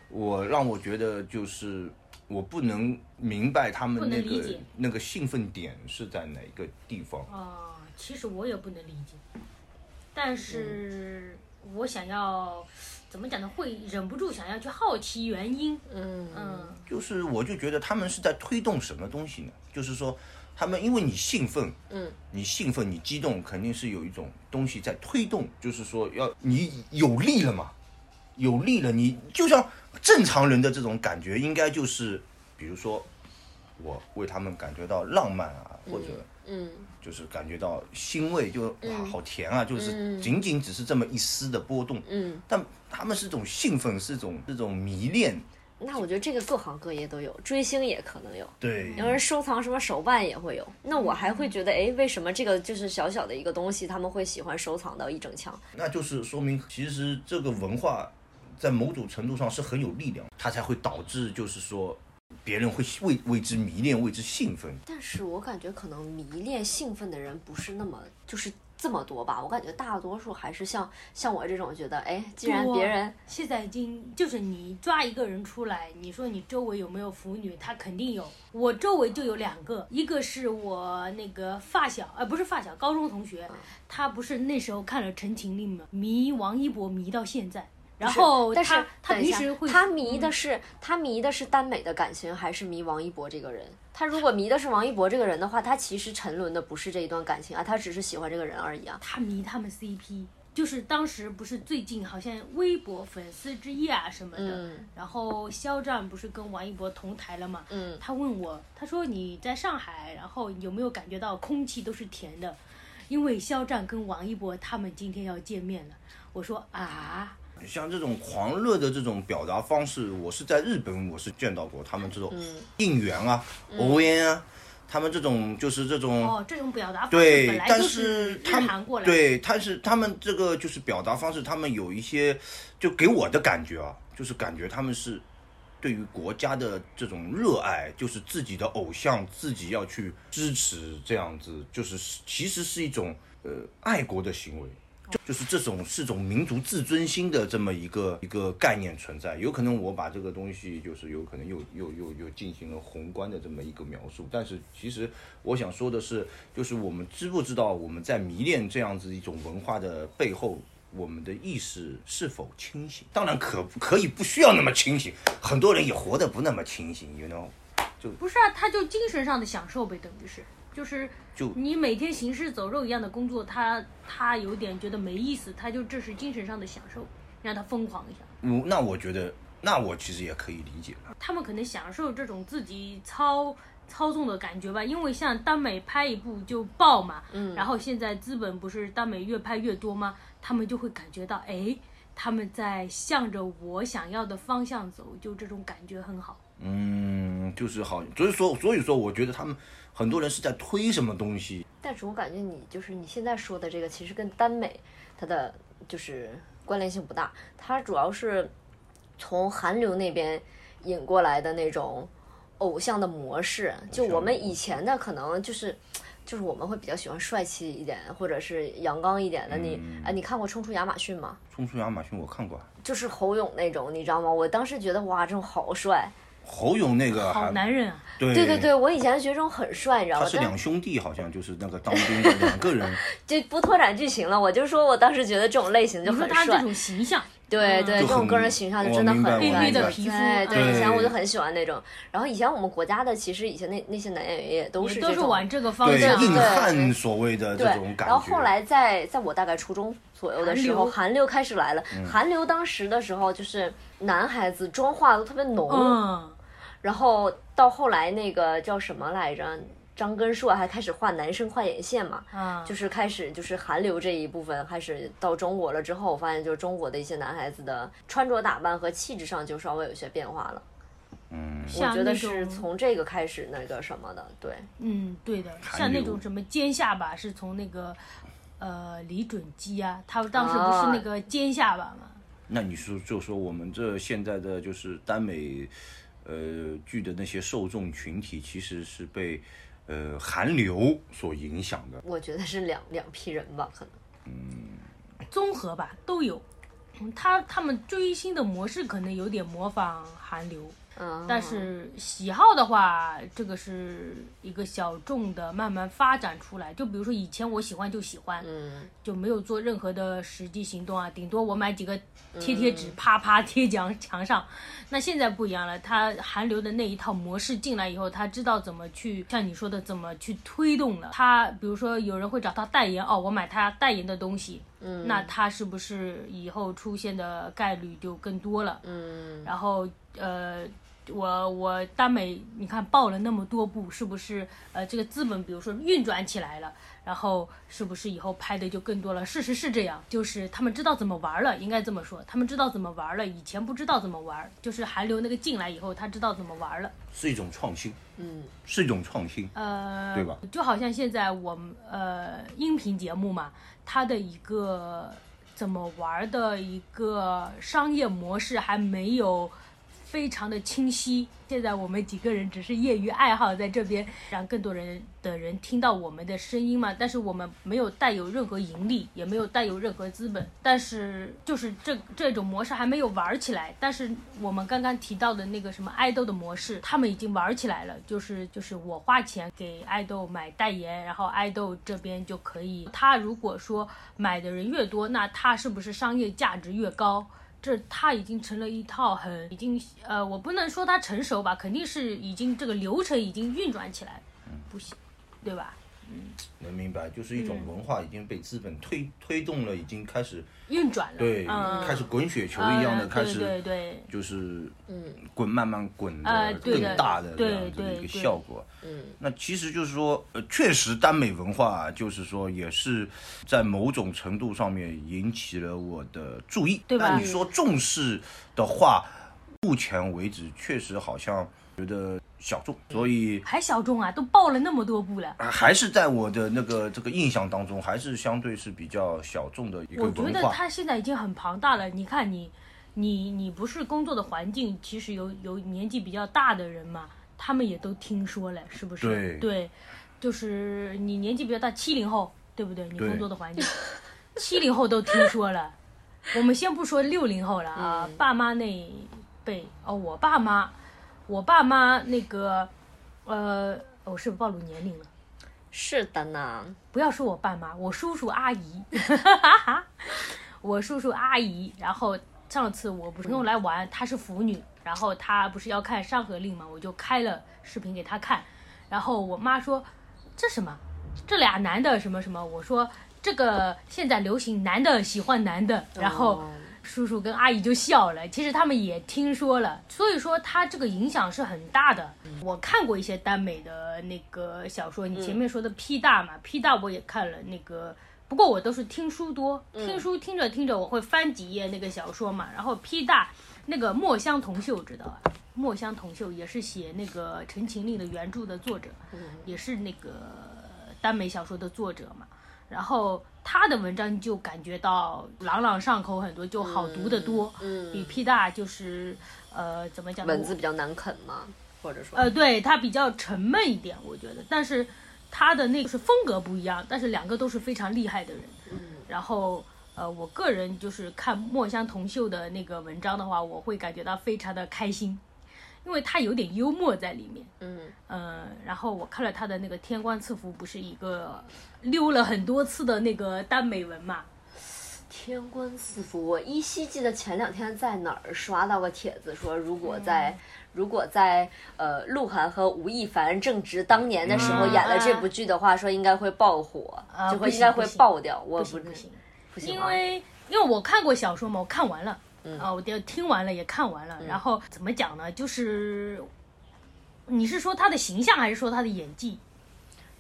A: 我让我觉得就是。我不能明白他
B: 不
A: 们
B: 能
A: 那
B: 理
A: 个
B: 解
A: 那个兴奋点是在哪一个地方。
B: 啊，其实我也不能理解，但是我想要怎么讲呢？会忍不住想要去好奇原因。
C: 嗯
B: 嗯，
A: 就是我就觉得他们是在推动什么东西呢？就是说，他们因为你兴奋，
C: 嗯，
A: 你兴奋，你激动，肯定是有一种东西在推动，就是说要你有力了嘛，有力了，你就像正常人的这种感觉，应该就是，比如说，我为他们感觉到浪漫啊，或者
C: 嗯，
A: 就是感觉到欣慰，就哇，好甜啊，就是
C: 嗯
A: 仅仅只是这么一丝的波动，
C: 嗯，
A: 但他们是种兴奋，是种这种迷恋，
C: 那我觉得这个各行各业都有，追星也可能有，
A: 对，
C: 有人收藏什么手办也会有，那我还会觉得，哎，为什么这个就是小小的一个东西，他们会喜欢收藏到一整墙？
A: 那就是说明，其实这个文化在某种程度上是很有力量，它才会导致就是说别人会为为之迷恋，为之兴奋。
C: 但是我感觉可能迷恋兴奋的人不是那么就是这么多吧，我感觉大多数还是像像我这种觉得，哎，既然
B: 多
C: 别人
B: 现在已经就是你抓一个人出来，你说你周围有没有腐女？她肯定有，我周围就有两个，一个是我那个发小，呃，不是发小，高中同学，
C: 啊
B: 她不是那时候看了《陈情令》吗？迷王一博迷到现在，然后
C: 但是
B: 她她
C: 等一
B: 平
C: 下
B: 时会嗯
C: 他迷的是、他迷的是耽美的感情，还是迷王一博这个人？他如果迷的是王一博这个人的话，他其实沉沦的不是这一段感情啊，他只是喜欢这个人而已啊。
B: 他迷他们 CP，就是当时不是最近好像微博粉丝之夜啊什么的，
C: 嗯
B: 然后肖战不是跟王一博同台了嘛，
C: 嗯
B: 他问我，他说你在上海，然后有没有感觉到空气都是甜的？因为肖战跟王一博他们今天要见面了。我说啊，
A: 像这种狂热的这种表达方式，我是在日本我是见到过，他们这种应援啊、偶援啊，他们这种就是这种
B: 哦，这种表达方式
A: 对
B: 本，来
A: 但
B: 就是日
A: 他
B: 韩
A: 们
B: 过来的，
A: 对，但是他们这个就是表达方式，他们有一些，就给我的感觉啊，就是感觉他们是对于国家的这种热爱，就是自己的偶像，自己要去支持这样子，就是其实是一种呃爱国的行为。就就是这种是种民族自尊心的这么一个一个概念存在，有可能我把这个东西就是有可能又又又又进行了宏观的这么一个描述，但是其实我想说的是，就是我们知不知道我们在迷恋这样子一种文化的背后，我们的意识是否清醒？当然可可以不需要那么清醒，很多人也活得不那么清醒，you know。
B: 不是啊，他就精神上的享受呗，等于是就是
A: 就
B: 你每天行尸走肉一样的工作，他他有点觉得没意思，他就这是精神上的享受，让他疯狂一下。
A: 嗯，那我觉得，那我其实也可以理解。
B: 他们可能享受这种自己操操纵的感觉吧，因为像耽美拍一部就爆嘛，嗯，然后现在资本不是耽美越拍越多吗？他们就会感觉到，哎，他们在向着我想要的方向走，就这种感觉很好。
A: 嗯，就是好，所以说，所以说，我觉得他们很多人是在推什么东西。
C: 但是我感觉你就是你现在说的这个，其实跟耽美它的就是关联性不大，它主要是从韩流那边引过来的那种偶像的模式。就我们以前的可能就是。就是我们会比较喜欢帅气一点，或者是阳刚一点的。你
A: 嗯
C: 哎、你看过《冲出亚马逊》吗？
A: 冲出亚马逊我看过啊，
C: 就是侯勇那种，你知道吗？我当时觉得哇，这种好帅。
A: 侯勇那个
B: 好
A: 还
B: 男人啊，
A: 对
C: 对对对，，我以前觉得这种很帅，你知道
A: 他
C: 吗？
A: 是
C: 但
A: 两兄弟，好像就是那个当兵的两个 人，
C: 就不拓展剧情了，我就说我当时觉得这种类型就
B: 你说
C: 很
B: 他这
C: 帅。
B: 种形象，
C: 对
B: 嗯
C: 对，
A: 就
C: 这种
A: 很
C: 个人形象就
A: 我
C: 真的
A: 明
C: 很
A: 白我
C: 帅
A: 明白
B: 皮肤
C: 对
B: 嗯
C: 对，以前我
A: 对
C: 就很喜欢那种。然后以前我们国家的，其实以前那那些男演员也都
B: 也
C: 是
B: 都
C: 这
B: 是
C: 种
B: 往这个方
A: 对
B: 向。
A: 硬
C: 哦对
A: 汉所谓的这
C: 对
A: 种，感觉。
C: 然后后来在在我大概初中左右的时
B: 韩
C: 候，
B: 流
C: 韩流开始来了。
A: 嗯
C: 韩流当时的时候，就是男孩子妆化的特别浓，
B: 嗯，
C: 然后到后来那个叫什么来着，张根硕还开始画男生画眼线嘛，
B: 啊
C: 就是开始就是韩流这一部分开始到中国了之后，我发现就是中国的一些男孩子的穿着打扮和气质上就稍微有些变化了。
A: 嗯，
C: 我
B: 像
C: 觉得
B: 那
C: 是
B: 种，
C: 从这个开始那个什么的，对，
B: 嗯，对的，
A: 韩
B: 像那
A: 流
B: 种什么尖下巴是从那个，呃，李准基啊，他当时不
C: 啊
B: 是那个尖下巴嘛，
A: 那你说就说我们这现在的就是耽美，呃剧的那些受众群体其实是被，呃韩流所影响的。
C: 我觉得是两两批人吧，可能。
B: 综合吧，都有。嗯他他们追星的模式可能有点模仿韩流，
C: 嗯，
B: 但是喜好的话，这个是一个小众的，慢慢发展出来。就比如说以前我喜欢就喜欢，
C: 嗯，
B: 就没有做任何的实际行动啊，顶多我买几个贴贴纸，啪啪贴墙墙上。那现在不一样了，他韩流的那一套模式进来以后，他知道怎么去像你说的怎么去推动了。他比如说有人会找他代言，哦，我买他代言的东西，嗯，那他是不是以后出现的概率就更多了？嗯，然后呃。我我耽美，你看爆了那么多部，是不是？呃，这个资本比如说运转起来了，然后是不是以后拍的就更多了？事实是这样，就是他们知道怎么玩了，应该这么说，他们知道怎么玩了，以前不知道怎么玩，就是韩流那个进来以后，他知道怎么玩了。
A: 是一种创新，嗯，是一种创新，
B: 呃，
A: 对吧？
B: 就好像现在我们呃音频节目嘛，它的一个怎么玩的一个商业模式还没有非常的清晰。现在我们几个人只是业余爱好在这边，让更多人的人听到我们的声音嘛。但是我们没有带有任何盈利，也没有带有任何资本，但是就是这这种模式还没有玩起来。但是我们刚刚提到的那个什么爱豆的模式，他们已经玩起来了，就是就是我花钱给爱豆买代言，然后爱豆这边就可以，他如果说买的人越多，那他是不是商业价值越高？这它已经成了一套很已经呃，我不能说它成熟吧，肯定是已经这个流程已经运转起来，
A: 嗯
B: 不行，对吧？
A: 能明白？就是一
B: 嗯
A: 种文化已经被资本推推动了，已经开始
B: 运转了，
A: 对，
B: 嗯，
A: 开始滚雪球一样的
B: 嗯
A: 开
B: 对对
A: 始，
B: 对，
A: 就是嗯，滚慢慢滚
B: 呃
A: 的
B: 对
A: 更
B: 的
A: 大的这
B: 对
A: 样子的
B: 对
A: 一个
B: 对
A: 效果。嗯，那其实就是说，呃，确实耽美文化就是说也是在某种程度上面引起了我的注意。
B: 对吧
A: 但你说重视的话，目前为止确实好像觉得小众，所以。
B: 还小众啊，都爆了那么多部了。
A: 还是在我的那个这个印象当中，还是相对是比较小众的一个
B: 我觉
A: 文
B: 得
A: 化。
B: 它现在已经很庞大了。你看你，你你不是工作的环境，其实有有年纪比较大的人嘛，他们也都听说了，是不是？
A: 对
B: 就是你年纪比较大，七零后，对不对？你
A: 对
B: 工作的环境，七零后都听说了。我们先不说六零后了啊，爸妈那一辈哦，我爸妈，我爸妈那个，呃，我是不是暴露年龄了？
C: 是的呢，
B: 不要说我爸妈，我叔叔阿姨， 我叔叔阿姨。然后上次我不是朋友来玩，她是腐女，然后她不是要看《山河令》嘛，我就开了视频给她看。然后我妈说，这什么？这俩男的什么什么？我说这个现在流行男的喜欢男的，然后叔叔跟阿姨就笑了。其实他们也听说了，所以说他这个影响是很大的。我看过一些耽美的那个小说，你前面说的 P 大嘛、p 大我也看了那个。不过我都是听书多，听书听着听着我会翻几页那个小说嘛，然后 P 大那个墨香铜臭知道吧？墨香铜臭也是写那个《陈情令》的原著的作者，也是那个耽美小说的作者嘛。然后他的文章就感觉到朗朗上口很多，就好读的多，
C: 嗯
B: 比 P 大就是呃怎么讲
C: 文字比较难啃嘛，或者说，
B: 呃，对，它比较沉闷一点，我觉得，但是它的那个是风格不一样，但是两个都是非常厉害的人。嗯、然后呃，我个人就是看墨香铜臭的那个文章的话，我会感觉到非常的开心，因为它有点幽默在里面。
C: 嗯
B: 嗯，然后我看了他的那个《天官赐福》，不是一个溜了很多次的那个耽美文嘛？
C: 天官赐福，我依稀记得前两天在哪儿刷到个帖子说，如果
B: 嗯
C: 在、如果在呃鹿晗和吴亦凡正值当年的时候
B: 嗯
C: 演了这部剧的话，说应该会爆火，
B: 啊
C: 就
B: 不
C: 会
B: 行
C: 应该会
B: 不行
C: 爆掉。
B: 不
C: 我哦不
B: 行不行，
C: 不行
B: 因
C: 吗
B: 为因为我看过小说嘛，我看完了，
C: 嗯
B: 啊，我就听完了也看完了，然后怎么讲呢？就是你是说他的形象，还是说他的演技？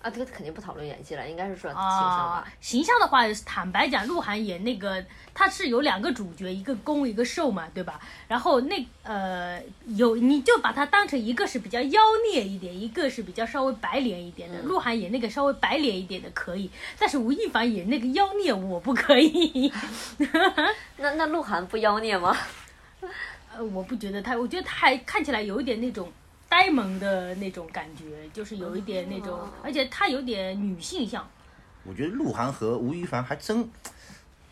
C: 啊，这个肯定不讨论演技了，应该是说形象
B: 啊
C: 吧。，
B: 形象的话，坦白讲，鹿晗演那个他是有两个主角，一个攻一个受嘛，对吧？然后那呃有你就把它当成一个是比较妖孽一点，一个是比较稍微白脸一点
C: 嗯
B: 的。鹿晗演那个稍微白脸一点的可以，但是吴亦凡演那个妖孽我不可以，
C: 那那鹿晗不妖孽吗？
B: 呃，我不觉得他，我觉得他还看起来有一点那种。呆萌的那种感觉，就是有一点那种，
C: 哦
B: 而且他有点女性向，
A: 我觉得鹿晗和吴亦凡还真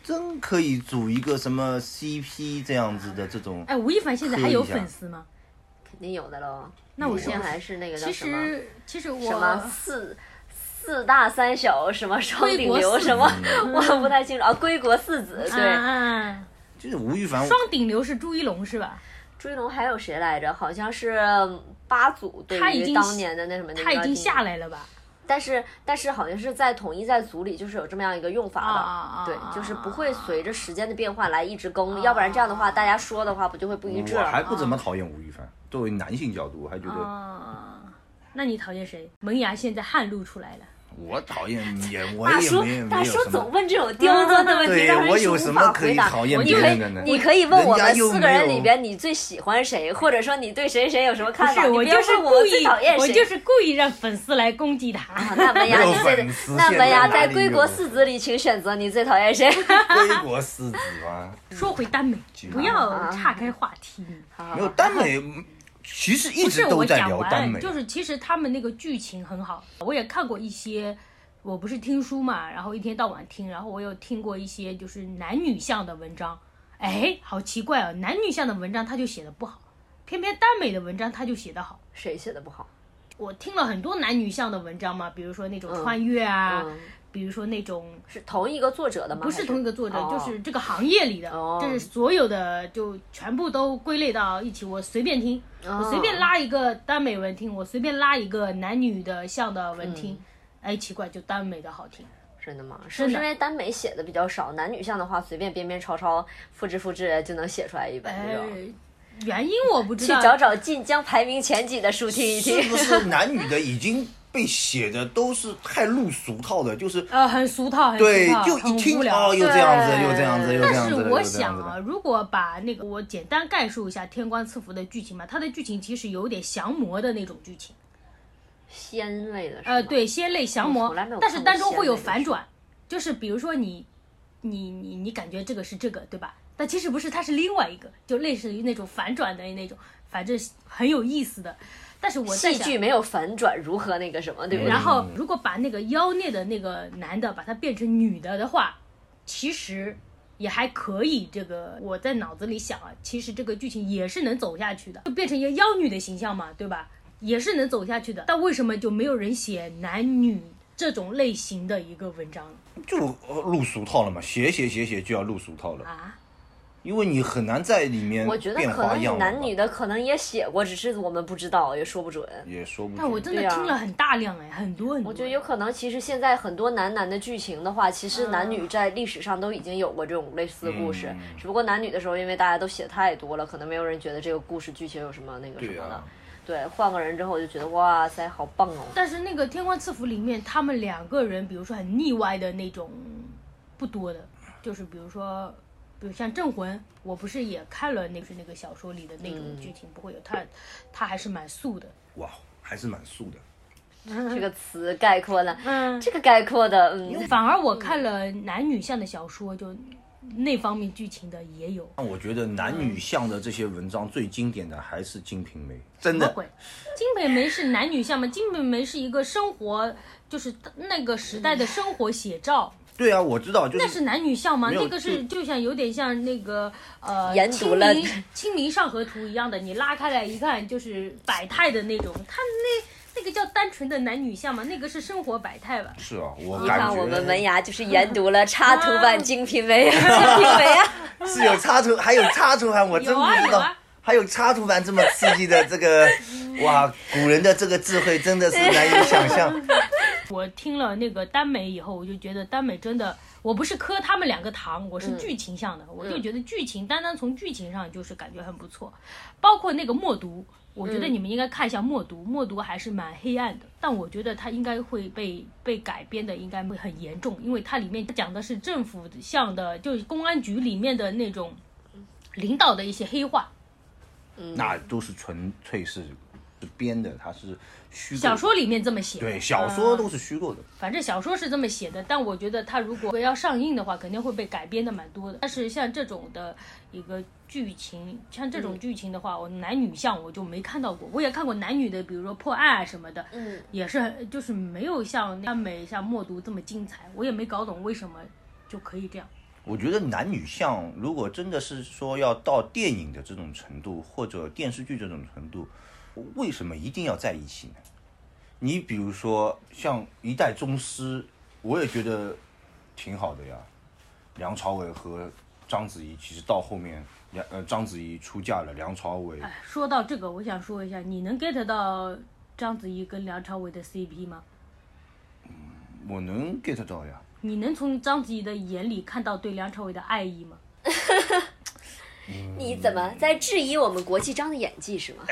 A: 真可以组一个什么 CP 这样子的这种。
B: 哎，吴亦凡现在还
A: 磕一
B: 有
A: 下
B: 粉丝吗？
C: 肯定有的喽。
B: 那我
C: 以
B: 是
C: 前还是那个叫
B: 其
C: 什么
B: 实其实
C: 什么
B: 我
C: 四四大三小什么双顶
B: 归国
C: 流
B: 四嗯
C: 什么，我不太清楚啊。归国四子对。
B: 啊，
A: 就是吴亦凡，
B: 双顶流是朱一龙是吧？
C: 追龙还有谁来着？好像是八组对
B: 他已
C: 于
B: 经
C: 当年的那什么，
B: 他已经下，来了吧？
C: 但是但是好像是在统一在组里就是有这么样一个用法的，
B: 啊啊啊
C: 对
B: 啊，
C: 就是不会随着时间的变化来一直更，要不然这样的话大家说的话不就会不一致
A: 我
C: 了
A: 还
C: 吗？
A: 不怎么讨厌吴亦凡。作为男性角度，我还觉得
B: 啊，那你讨厌谁？门牙现在汗露出来了，
A: 我讨厌 也，我
C: 大
A: 也
C: 叔
A: 没，没
C: 大
A: 有
C: 叔
A: 什
C: 总
A: 么。
C: 问这种刁钻的问题，
A: 对
C: 让人
A: 我
C: 是
A: 有
C: 无
A: 什
C: 法
A: 么可
C: 回
A: 以
C: 答。
A: 讨厌
C: 我
A: 别
C: 就可以
A: 人的呢
C: 你可以问我们
A: 人家又
C: 四个人
A: 没有
C: 里边你最喜欢谁，或者说你对谁谁有什么看法？
B: 是
C: 你
B: 我
C: 不要
B: 就是
C: 问
B: 故
C: 我最
B: 意
C: 讨厌，
B: 我
C: 谁。
B: 就是故意让粉丝来攻击他。
C: 啊那门 牙，
A: 没有
C: 你最
A: 粉丝
C: 那
A: 现在
C: 门牙在
A: 哪里
C: 归国
A: 有
C: 四子里，请选择你最讨厌谁？
A: 归国四子啊 嘛，
B: 说回耽美，不要岔开话题。
A: 没有耽美，其实一
B: 啊不
A: 直
B: 是
A: 都
B: 我
A: 在
B: 讲
A: 聊耽
B: 完，
A: 美。
B: 就是其实他们那个剧情很好，我也看过一些。我不是听书嘛，然后一天到晚听，然后我有听过一些就是男女向的文章，哎，好奇怪啊，男女向的文章他就写的不好，偏偏耽美的文章他就写的好。
C: 谁写的不好？
B: 我听了很多男女向的文章嘛，比如说那种穿越啊，
C: 嗯
B: 比如说那种
C: 是同一个作者的吗？
B: 不
C: 还
B: 是同一个作者，
C: 哦
B: 就是这个行业里的，
C: 哦
B: 就是所有的就全部都归类到一起。我随便听，
C: 哦
B: 我随便拉一个耽美文听，我随便拉一个男女的向的文听，
C: 嗯
B: 哎，奇怪，就耽美的好听。
C: 真的吗？是不
B: 真
C: 是
B: 的
C: 因为耽美写的比较少，男女向的话随便编编抄抄、复制复制就能写出来一本这
B: 哎
C: 种。，
B: 原因我不知
C: 去
B: 道，
C: 找找晋江排名前几的书听一
A: 是
C: 听
A: 不。是男女的已经被写的都是太入俗套的，就是
B: 呃，很俗套，很俗
A: 对
B: 套，
A: 就
B: 很
A: 一听
B: 无聊
A: 哦，又这样子，
C: 对
A: 又这样子，又这
B: 但
A: 样
B: 是
A: 子，
B: 我
A: 又这样
B: 想
A: 子
B: 啊，
A: 的。
B: 如果把那个我简单概述一下《天官赐福》的剧情嘛，它的剧情其实有点降魔的那种剧情，
C: 仙类的是吗
B: 呃，，对，仙类降魔
C: 从来没有，
B: 但是
C: 看过
B: 当中会有
C: 仙类的
B: 反
C: 书
B: 转，就是比如说你，你你你感觉这个是这个，对吧？但其实不是，它是另外一个，就类似于那种反转的那种，反正很有意思的。但是我在
C: 戏
B: 想
C: 剧没有反转，如何那个什么，对不对
B: 然？后，如果把那个妖孽的那个男的把他变成女的的话，其实也还可以。这个我在脑子里想啊，其实这个剧情也是能走下去的，就变成一个妖女的形象嘛，对吧？也是能走下去的。但为什么就没有人写男女这种类型
C: 嗯
B: 的一个文章呢
A: 就呃入俗套了嘛，写写写写就要入俗套了。
B: 啊？
A: 因为你很难在里面
C: 我觉得
A: 变
C: 可
A: 花
C: 能有
A: 样吧，
C: 男女的可能也写过，只是我们不知道，也说不准。
A: 也说不
B: 但我
A: 准。
B: 真的
C: 对啊
B: 听了很大量哎，很
A: 嗯
B: 多很多。
C: 我觉得有可能，其实现在很多男男的剧情的话，其实男女在历史上都已经有过这种类似的故事，
A: 嗯
C: 只不过男女的时候，因为大家都写太多了，可能没有人觉得这个故事剧情有什么那个什
A: 对
C: 么的
A: 啊。，
C: 对，换个人之后，我就觉得哇塞，好棒哦！
B: 但是那个《天官赐福》里面，他们两个人，比如说很腻歪的那种，不多的，就是比如说，比如像《镇魂》，我不是也看了那是那个小说里的那种剧情，不会有他，他还是蛮素的。
A: 哇，还是蛮素的。嗯
C: 这个词概括了，
B: 嗯，
C: 这个概括的，嗯，
B: 反而我看了男女向的小说，就那方面剧情的也有。
A: 但我觉得男女
B: 嗯
A: 向的这些文章最经典的还是《金瓶梅》，真
B: 什么
A: 的。
B: 鬼？金瓶梅是男女向吗？金瓶梅是一个生活，就是那个时代的生活写照。
A: 对啊，我知道，就
B: 那
A: 是
B: 是男女校吗？
A: 没有
B: 那个是就像有点像那个呃，
C: 研读了
B: 清明清明上河图一样的，你拉开来一看就是百态的那种。他那那个叫单纯的男女校吗？那个是生活百态吧？
A: 是啊，我
C: 你
A: 感
C: 看
A: 觉啊
C: 我们文雅就是研读了插图版《金瓶梅》，《 金瓶梅》啊，
A: 是有插图，还有插图版，我真不知
B: 有
A: 道。
B: 啊有啊
A: 还有插图版这么刺激的这 个，哇，古人的这个智慧真的是难以想 象。
B: 我听了那个耽美以后，我就觉得耽美真的，我不是磕他们两个糖，我是剧情向的，我就觉得剧情单单从剧情上就是感觉很不错，包括那个默读。我觉得你们应该看一下《默读》，《默读》还是蛮黑暗的，但我觉得它应该会被被改编的，应该会很严重，因为它里面讲的是政府向的，就是公安局里面的那种领导的一些黑话。
A: 那都是纯粹是是编的，它是虚构的
B: 小说嗯里面这么写的，
A: 对小说都是虚构的。
B: 反正小说是这么写的，但我觉得它如果要上映的话，肯定会被改编的蛮多的。但是像这种的一个剧情，像这种剧情的话，我男女向我就没看到过。我也看过男女的，比如说破案啊什么的，
C: 嗯，
B: 也是很就是没有像耽美、像默读这么精彩。我也没搞懂为什么就可以这样。
A: 我觉得男女向如果真的是说要到电影的这种程度，或者电视剧这种程度，为什么一定要在一起呢？你比如说像《一代宗师》，我也觉得挺好的呀。梁朝伟和章子怡其实到后面，梁呃章子怡出嫁了，梁朝伟
B: 哎，说到这个，我想说一下，你能 get 到章子怡跟梁朝伟的 CP 吗？
A: 我能 get 到呀。
B: 你能从章子怡的眼里看到对梁朝伟的爱意吗？
C: 你怎么在质疑我们国际章的演技是吗？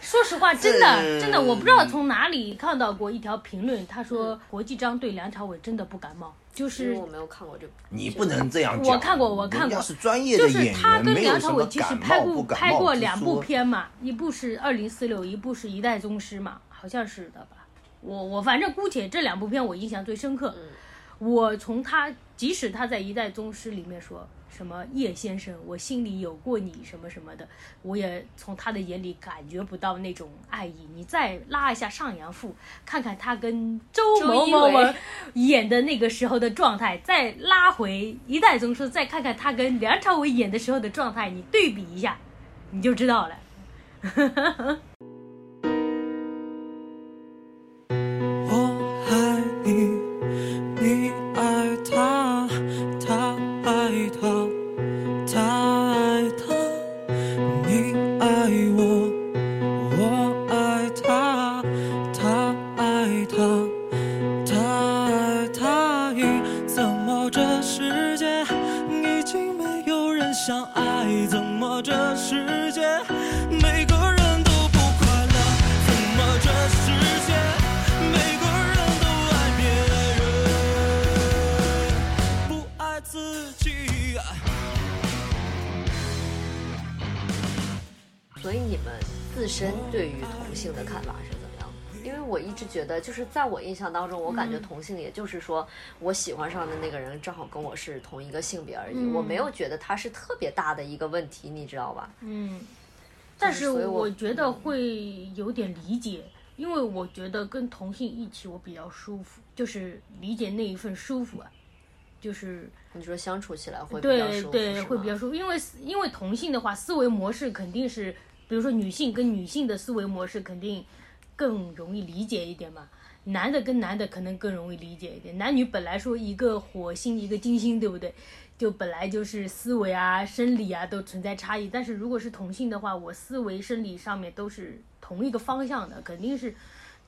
B: 说实话，真的真的，我不知道从哪里看到过一条评论，他说国际章对梁朝伟真的不感冒，就
C: 因
B: 是
C: 为我没有看过这部，
A: 你不能啊这样讲。
B: 我看过我看过
A: 人家是专业
B: 就
A: 的
B: 是
A: 演
B: 他
A: 员，
B: 跟
A: 没有
B: 梁
A: 什
B: 朝伟
A: 么
B: 其实
A: 感
B: 拍
A: 冒
B: 过
A: 不感
B: 拍
A: 冒
B: 过
A: 之
B: 两
A: 说
B: 部片嘛，一部是《二零四六》，一部是《一代宗师》嘛，好像是的吧。我我反正姑且这两部片我印象最深刻。我从他即使他在《一代宗师》里面说什么叶先生，我心里有过你什么什么的，我也从他的眼里感觉不到那种爱意。你再拉一下《上阳赋》，看看他跟周
C: 周
B: 某
C: 一
B: 某某
C: 围
B: 演的那个时候的状态，再拉回《一代宗师》，再看看他跟梁朝伟演的时候的状态，你对比一下，你就知道了。
I: 我爱你，你爱他，他爱他，他爱他，你爱我，我爱他，他爱他，他爱他。咦，怎么这世界已经没有人相爱？怎么这世界每个人都不快乐？怎么这世界每个人都爱别人，不爱自己？
C: 所以你们自身
B: 哦
C: 对于同性的看法是怎么样的？因为我一直觉得，就是在我印象当中，我
B: 嗯
C: 感觉同性也就是说，我喜欢上的那个人正好跟我是同一个性别而已，
B: 嗯
C: 我没有觉得他是特别大的一个问题，你知道吧？
B: 嗯，但是
C: 所以我嗯
B: 我觉得会有点理解，因为我觉得跟同性一起我比较舒服，就是理解那一份舒服啊，就是
C: 你说相处起来会比较
B: 对
C: 舒服，
B: 对
C: 是吗
B: 会比较舒服，因为因为同性的话，思维模式肯定是，比如说女性跟女性的思维模式肯定更容易理解一点嘛。男的跟男的可能更容易理解一点，男女本来说一个火星一个金星，对不对？就本来就是思维啊、生理啊都存在差异，但是如果是同性的话，我思维、生理上面都是同一个方向的，肯定是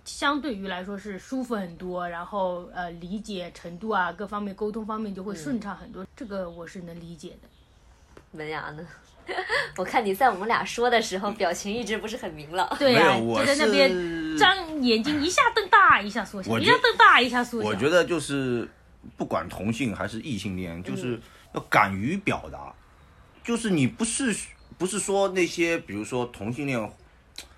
B: 相对于来说是舒服很多，然后呃理解程度啊各方面沟通方面就会顺畅很多，这个我是能理解的。
C: 门牙呢？ 我看你在我们俩说的时候，表情一直不是很明朗。
B: 对呀、
A: 没有我
B: 就在那
A: 是
B: 边张眼睛一下瞪大一下缩小，
A: 我
B: 一
A: 觉
B: 下瞪大一下缩小。
A: 我觉得就是不管同性还是异性
B: 嗯
A: 恋，就是要敢于表达，就是你不是不是说那些比如说同性恋，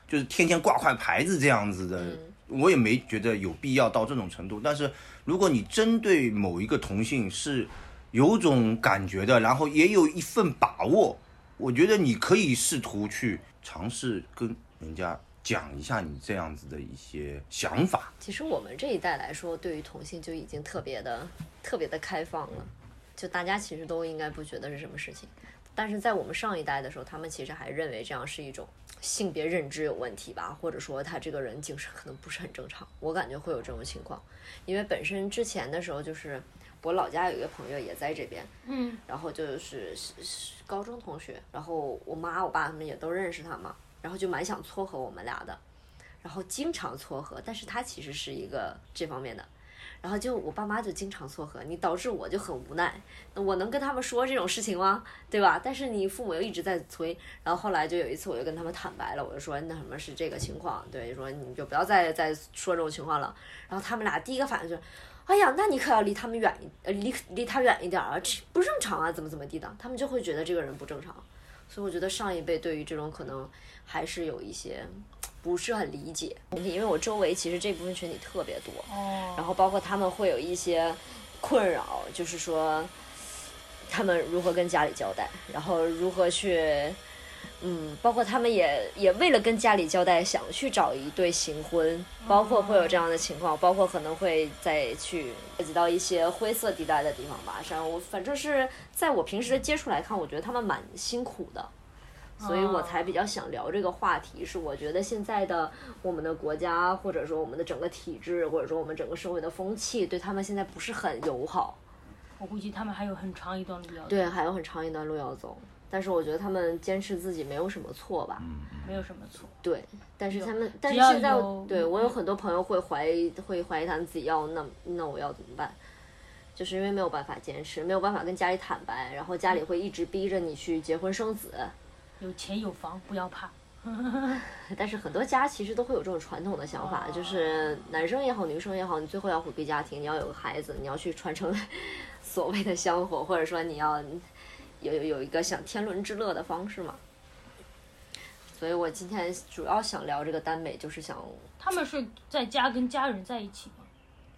A: 就是天天挂块牌子这样子
B: 嗯
A: 的，我也没觉得有必要到这种程度。但是如果你针对某一个同性是有种感觉的，然后也有一份把握，我觉得你可以试图去尝试跟人家讲一下你这样子的一些想法。
C: 其实我们这一代来说，对于同性就已经特别的、特别的开放了，就大家其实都应该不觉得是什么事情。但是在我们上一代的时候，他们其实还认为这样是一种性别认知有问题吧，或者说他这个人精神可能不是很正常。我感觉会有这种情况，因为本身之前的时候就是我老家有一个朋友也在这边，
B: 嗯，
C: 然后就是是是高中同学，然后我妈我爸他们也都认识他嘛，然后就蛮想撮合我们俩的，然后经常撮合，但是他其实是一个这方面的，然后就我爸妈就经常撮合，你导致我就很无奈，那我能跟他们说这种事情吗？对吧？但是你父母又一直在催，然后后来就有一次我就跟他们坦白了，我就说那什么是这个情况，对，说你们就不要再再说这种情况了，然后他们俩第一个反应就是。哎呀，那你可要离他们远一，呃，离离他远一点啊，这不正常啊，怎么怎么地的，他们就会觉得这个人不正常。所以我觉得上一辈对于这种可能还是有一些不是很理解，因为我周围其实这部分群体特别多，
B: 哦
C: 然后包括他们会有一些困扰，就是说他们如何跟家里交代，然后如何去，嗯，包括他们也也为了跟家里交代，想去找一对行婚，包括会有这样的情况，包括可能会再去涉及到一些灰色地带的地方吧。上我反正是在我平时的接触来看，我觉得他们蛮辛苦的。所以我才比较想聊这个话题，是我觉得现在的我们的国家，或者说我们的整个体制，或者说我们整个社会的风气，对他们现在不是很友好。
B: 我估计他们还有很长一段路要走，
C: 对，还有很长一段路要走，但是我觉得他们坚持自己没有什么错吧。
B: 没有什么错。
C: 对，但是他们，但是
B: 要
C: 现在
B: 有嗯
C: 我，对我有很多朋友会怀疑，会怀疑他们自己要那那我要怎么办？就是因为没有办法坚持，没有办法跟家里坦白，然后家
B: 嗯
C: 里会一直逼着你去结婚生子。
B: 有钱有房，不要怕。
C: 但是很多家其实都会有这种传统的想法，就是男生也好，女生也好，你最后要回归家庭，你要有个孩子，你要去传承 所谓的香火，或者说你要有有有一个享天伦之乐的方式嘛。所以我今天主要想聊这个耽美，就是想
B: 他们是在家跟家人在一起吗？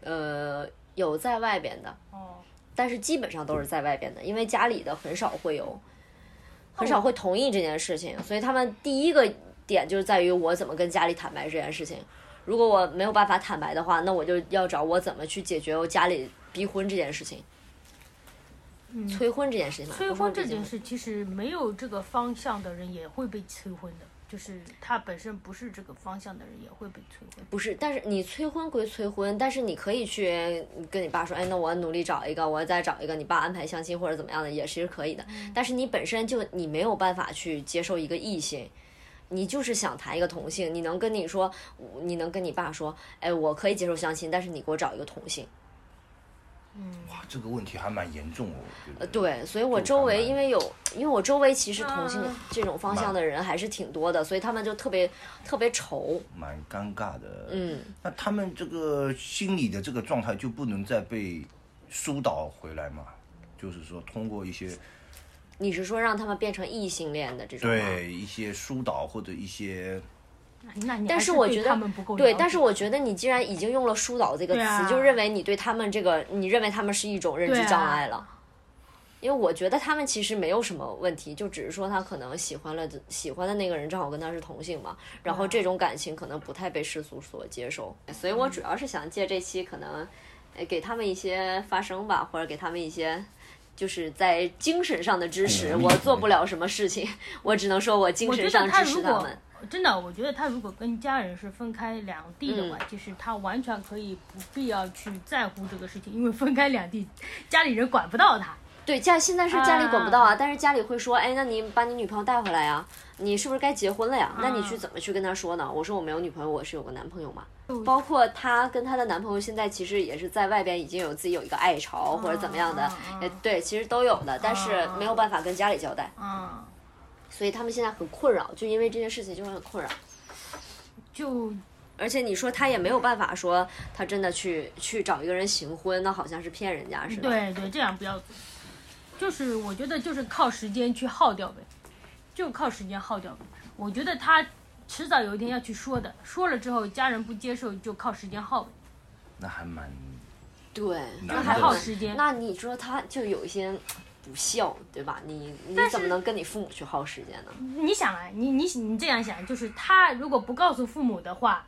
C: 呃有在外边的，
B: 哦，
C: 但是基本上都是在外边的，因为家里的很少会有，
B: 哦
C: 很少会同意这件事情，所以他们第一个点就是在于我怎么跟家里坦白这件事情。如果我没有办法坦白的话，那我就要找我怎么去解决我家里逼婚这件事情，催婚这件事情吧。
B: 嗯催
C: 不说
B: 婚这
C: 逼
B: 件
C: 婚，
B: 事，其实没有这个方向的人也会被催婚的，就是他本身不是这个方向的人也会被催婚。
C: 不是，但是你催婚归催婚，但是你可以去跟你爸说，哎，那我努力找一个，我再找一个，你爸安排相亲或者怎么样的，也是可以的。但是你本身就你没有办法去接受一个异性，你就是想谈一个同性，你能跟你说，你能跟你爸说，哎，我可以接受相亲，但是你给我找一个同性。
A: 哇，这个问题还蛮严重哦。我觉
C: 呃，
A: 得，
C: 对，所以我
A: 这个
C: 周
A: 还
C: 围
A: 蛮
C: 因为有，因为我周围其实同性
B: 啊
C: 这种方向的人还是挺多的，所以他们就特别特别愁。
A: 蛮尴尬的。
C: 嗯，
A: 那他们这个心理的这个状态就不能再被疏导回来嘛？就是说，通过一些
C: 你是说让他们变成异性恋的这种吗？
A: 对啊一些疏导或者一些
B: 那你还
C: 但
B: 是
C: 我
B: 对
C: 觉得
B: 他们不够
C: 对，
B: 了
C: 但
B: 解
C: 是我觉得你既然已经用了“疏导”这个词，
B: 对啊
C: 就认为你对他们这个，你认为他们是一种认知
B: 对啊
C: 障碍了。因为我觉得他们其实没有什么问题，就只是说他可能喜欢了喜欢的那个人正好跟他是同性嘛，然
B: 啊
C: 后这种感情可能不太被世俗所接受，所以我
B: 嗯
C: 主要是想借这期可能，呃，给他们一些发声吧，或者给他们一些就是在精神上的支持。
A: 鼓励
C: 我做不了什么事情，我只能说我精
B: 我觉
C: 神
B: 得
C: 上
B: 他
C: 支持
B: 如
C: 他
B: 果
C: 们。
B: 真的，我觉得他如果跟家人是分开两地的话，
C: 嗯
B: 就是他完全可以不必要去在乎这个事情，因为分开两地，家里人管不到他。
C: 对家现在是家里管不到啊，但是家里会说，哎，那你把你女朋友带回来呀，你是不是该结婚了呀？那你去怎么去跟她说呢？我说我没有女朋友，我是有个男朋友嘛。包括她跟她的男朋友现在其实也是在外边已经有自己有一个爱巢或者怎么样的
B: 啊啊，
C: 也对，其实都有的，但是没有办法跟家里交代，
B: 啊、
C: 所以他们现在很困扰，就因为这件事情就会很困扰。
B: 就
C: 而且你说他也没有办法说他真的去去找一个人行婚，那好像是骗人家似的。
B: 对对，这样不要做。就是我觉得就是靠时间去耗掉呗，就靠时间耗掉呗。我觉得他迟早有一天要去说的，说了之后家人不接受，就靠时间耗呗。
A: 那还蛮
C: 对，
A: 那
B: 嗯
C: 那
A: 还
C: 好
A: 耗
B: 时间
C: 那你说他就有一些不孝，对吧？你你怎么能跟你父母去耗时间呢？
B: 你想啊，你你你这样想，就是他如果不告诉父母的话，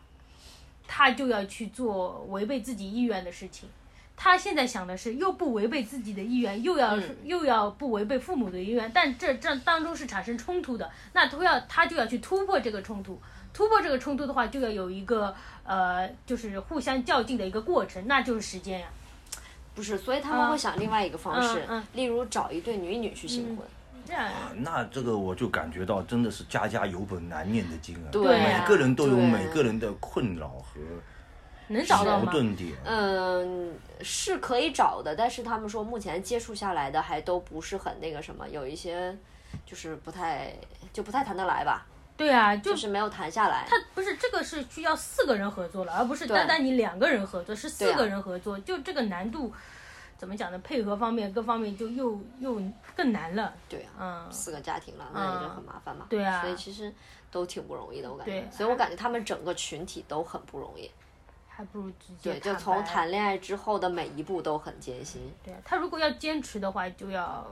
B: 他就要去做违背自己意愿的事情。他现在想的是，又不违背自己的意愿，又要、
C: 嗯
B: 又要不违背父母的意愿，但这这当中是产生冲突的。那都要他就要去突破这个冲突，突破这个冲突的话，就要有一个呃，就是互相较劲的一个过程，那就是时间呀、
C: 不是，所以他们会想另外一个方式，
B: 嗯嗯
C: 例如找一对女女去行婚。
B: 这样
A: 那这个我就感觉到真的是家家有本难念的经啊，
C: 对
B: 啊
A: 每个人都有
C: 对
A: 每个人的困扰和
B: 能找到
A: 矛
B: 吗？
A: 盾点。
C: 嗯，是可以找的，但是他们说目前接触下来的还都不是很那个什么，有一些就是不太就不太谈得来吧，
B: 对啊，就
C: 就是没有谈下来。
B: 他不是这个是需要四个人合作了，而不是
C: 对
B: 单单你两个人合作，是
C: 对
B: 四
C: 啊
B: 个人合作，就这个难度怎么讲呢？配合方面各方面就又又更难了。
C: 对啊，
B: 嗯，
C: 四个家庭了，那也就很麻烦嘛。
B: 对啊
C: 所以其实都挺不容易的，我感觉
B: 对。
C: 所以我感觉他们整个群体都很不容易。
B: 还不如直接
C: 对，就
B: 白
C: 从谈恋爱之后的每一步都很艰辛。
B: 对啊他如果要坚持的话，就要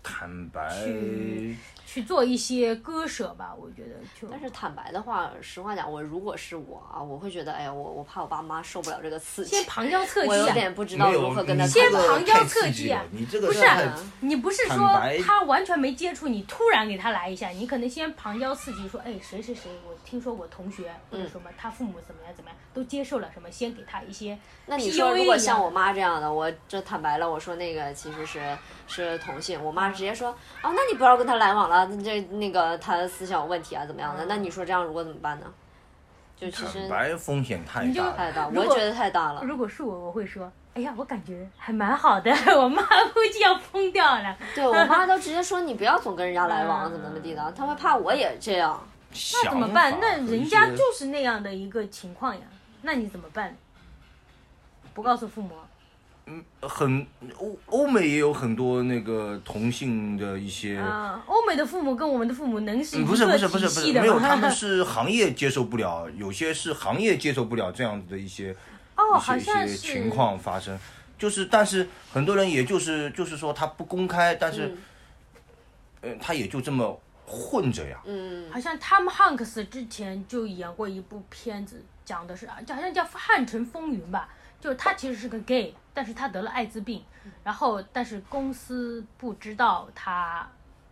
A: 坦白，
B: 去
A: 哎
B: 去做一些割舍吧。我觉得就
C: 但是坦白的话，实话讲，我如果是我啊，我会觉得，哎呀，我我怕我爸妈受不了这个刺激
B: 先，旁敲侧
C: 我有
B: 击、啊。
C: 点不知道
A: 没有
C: 如何跟他
A: 你
B: 先
A: 这
C: 谈
A: 个
C: 论。
B: 旁敲
A: 太
B: 侧
A: 刺
B: 击
A: 激
B: 啊
A: 了，你这个
B: 不是
A: 太
B: 啊你不是
A: 坦
B: 说
A: 白
B: 他完全没接触你，突然给他来一下，你可能先旁敲侧击说，哎，谁谁谁，我听说我同学或者
A: 嗯
B: 什么，他父母怎么样怎么样，都接受了什么，先给他一些 PUA 一样。
C: 那你说，如果像我妈这样的，我这坦白了，我说那个其实是是同性，我妈直接说，哦，那你不要跟他来往了，这那个他思想有问题啊，怎么样的？那你说这样如果怎么办呢？就其实
A: 坦白哎风险太
B: 你就
A: 大
C: 太
A: 了。
C: 大，
B: 如果
C: 我觉得太大了。
B: 如果是我，我会说，哎呀，我感觉还蛮好的， 我妈估计要疯掉了。
C: 对我妈都直接说你不要总跟人家来往，啊怎么怎么地
B: 嗯
C: 的，她会怕我也这样。
B: 那
A: 那
B: 怎么办？那人家就是那样的一个情况呀，那你怎么办？不告诉父母，
A: 很欧欧美也有很多那个同性的一些，
B: 啊，欧美的父母跟我们的父母能是一
A: 嗯
B: 个
A: 不是不是不是不
B: 体
A: 是
B: 系的
A: 没有，
B: 吗
A: 他们是行业接受不了，有些是行业接受不了这样子的一些
B: 哦，
A: 一些
B: 好
A: 一
B: 像
A: 些
B: 是
A: 情况发生。就是，但是很多人也就是就是说他不公开，但是，呃，他也就这么混着呀。
C: 嗯，
B: 好像 Tom Hanks 之前就演过一部片子，讲的是啊，就好像叫《汉城风云》吧，就是他其实是个 gay，但是他得了艾滋病，然后但是公司不知道他，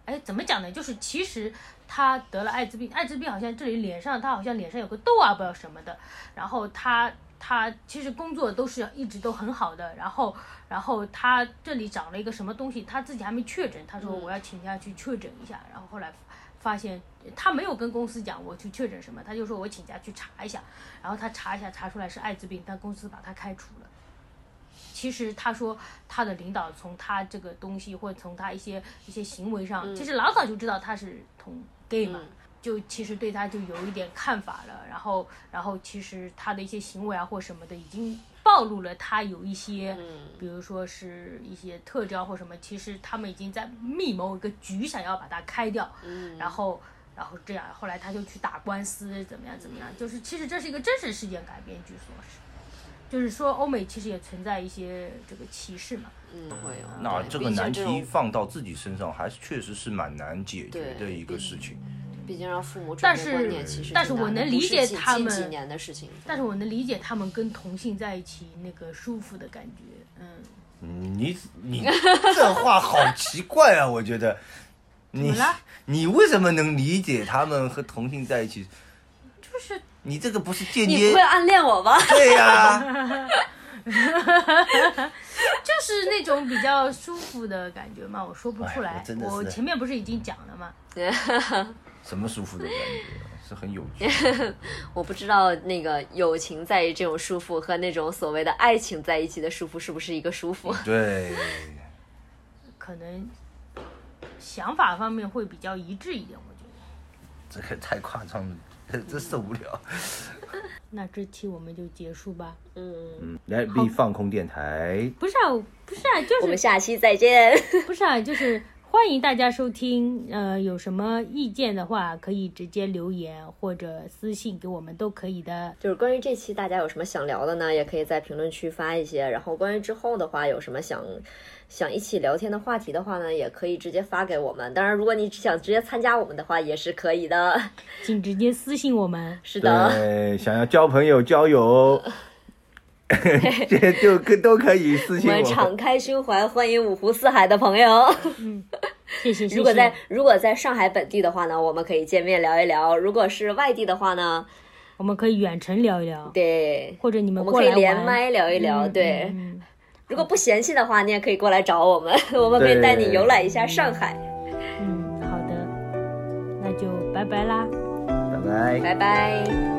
B: 哎，怎么讲呢？就是其实他得了艾滋病，艾滋病好像这里脸上他好像脸上有个痘啊，不知道什么的，然后他。他其实工作都是一直都很好的，然后，然后他这里长了一个什么东西，他自己还没确诊，他说我要请假去确诊一下，然后后来发现他没有跟公司讲我去确诊什么，他就说我请假去查一下，然后他查一下查出来是艾滋病，但公司把他开除了。其实他说他的领导从他这个东西或者从他一些一些行为上，其实老早就知道他是同 gay 嘛。就其实对他就有一点看法了，然后，然后其实他的一些行为啊或什么的，已经暴露了他有一些，比如说是一些特征啊或什么，其实他们已经在密谋一个局，想要把他开掉。然后然后这样，后来他就去打官司，怎么样怎么样，就是其实这是一个真实事件改编，据说是，就是说欧美其实也存在一些这个歧视嘛，
C: 嗯，会有。
A: 那
C: 对
A: 这个难
C: 毕竟
A: 题
C: 这种
A: 放到自己身上，还是确实是蛮难解决
C: 对
A: 的一个事情。
C: 毕竟让父母转
B: 但
C: 变
B: 是
C: 观念，其实
B: 但是
C: 挺
B: 我
C: 难的
B: 能
C: 不
B: 理
C: 是
B: 解
C: 近
B: 他
C: 近
B: 们
C: 几年的事情。
B: 但是我能理解他们跟同性在一起那个舒服的感觉，嗯，
A: 你你这话好奇怪 啊！我觉得，你
B: 怎么了
A: 你为什么能理解他们和同性在一起
B: 就是
A: 你这个不是间
C: 你
A: 接啊
C: 不会？暗恋我吧？
A: 对呀、
B: 就是那种比较舒服的感觉嘛，我说不出
A: 哎
B: 来
A: 我真。的是
B: 我前面不是已经讲了嘛，
A: 什么舒服的感觉，是很有趣。
C: 我不知道那个友情在于这种舒服和那种所谓的爱情在一起的舒服是不是一个舒服？
A: 对，
B: 可能想法方面会比较一致一点，我觉得。
A: 这个太夸张了，这受不了。
B: 那这期我们就结束吧。
C: 嗯，
A: 来，B 放空电台，
B: 不是啊，不是啊，
C: 我
B: 就是
C: 们下期再见。
B: 不是啊，就是欢迎大家收听。呃，有什么意见的话，可以直接留言或者私信给我们都可以的。
C: 就是关于这期大家有什么想聊的呢？也可以在评论区发一些。然后关于之后的话，有什么想想一起聊天的话题的话呢，也可以直接发给我们。当然，如果你只想直接参加我们的话，也是可以的。
B: 请直接私信我们。
C: 是的，
A: 对，想要交朋友、交 友， 这就可都可以私
C: 我
A: 信
C: 们
A: 我
C: 敞。开胸怀，欢迎五湖四海的朋友。
B: 谢 谢，谢谢。
C: 如果在如果在上海本地的话呢，我们可以见面聊一聊；如果是外地的话呢，
B: 我们可以远程聊一聊，
C: 对，
B: 或者你
C: 我
B: 们
C: 们
B: 过
C: 可
B: 来
C: 以连
B: 玩
C: 麦聊一聊。
B: 嗯
C: 对，
B: 嗯嗯
C: 如果不嫌弃的话，你也可以过来找我们， 我们可以带你
A: 对
C: 游览一下上海。
B: 嗯，好的，那就拜拜啦。嗯
A: 拜拜。
C: 拜拜。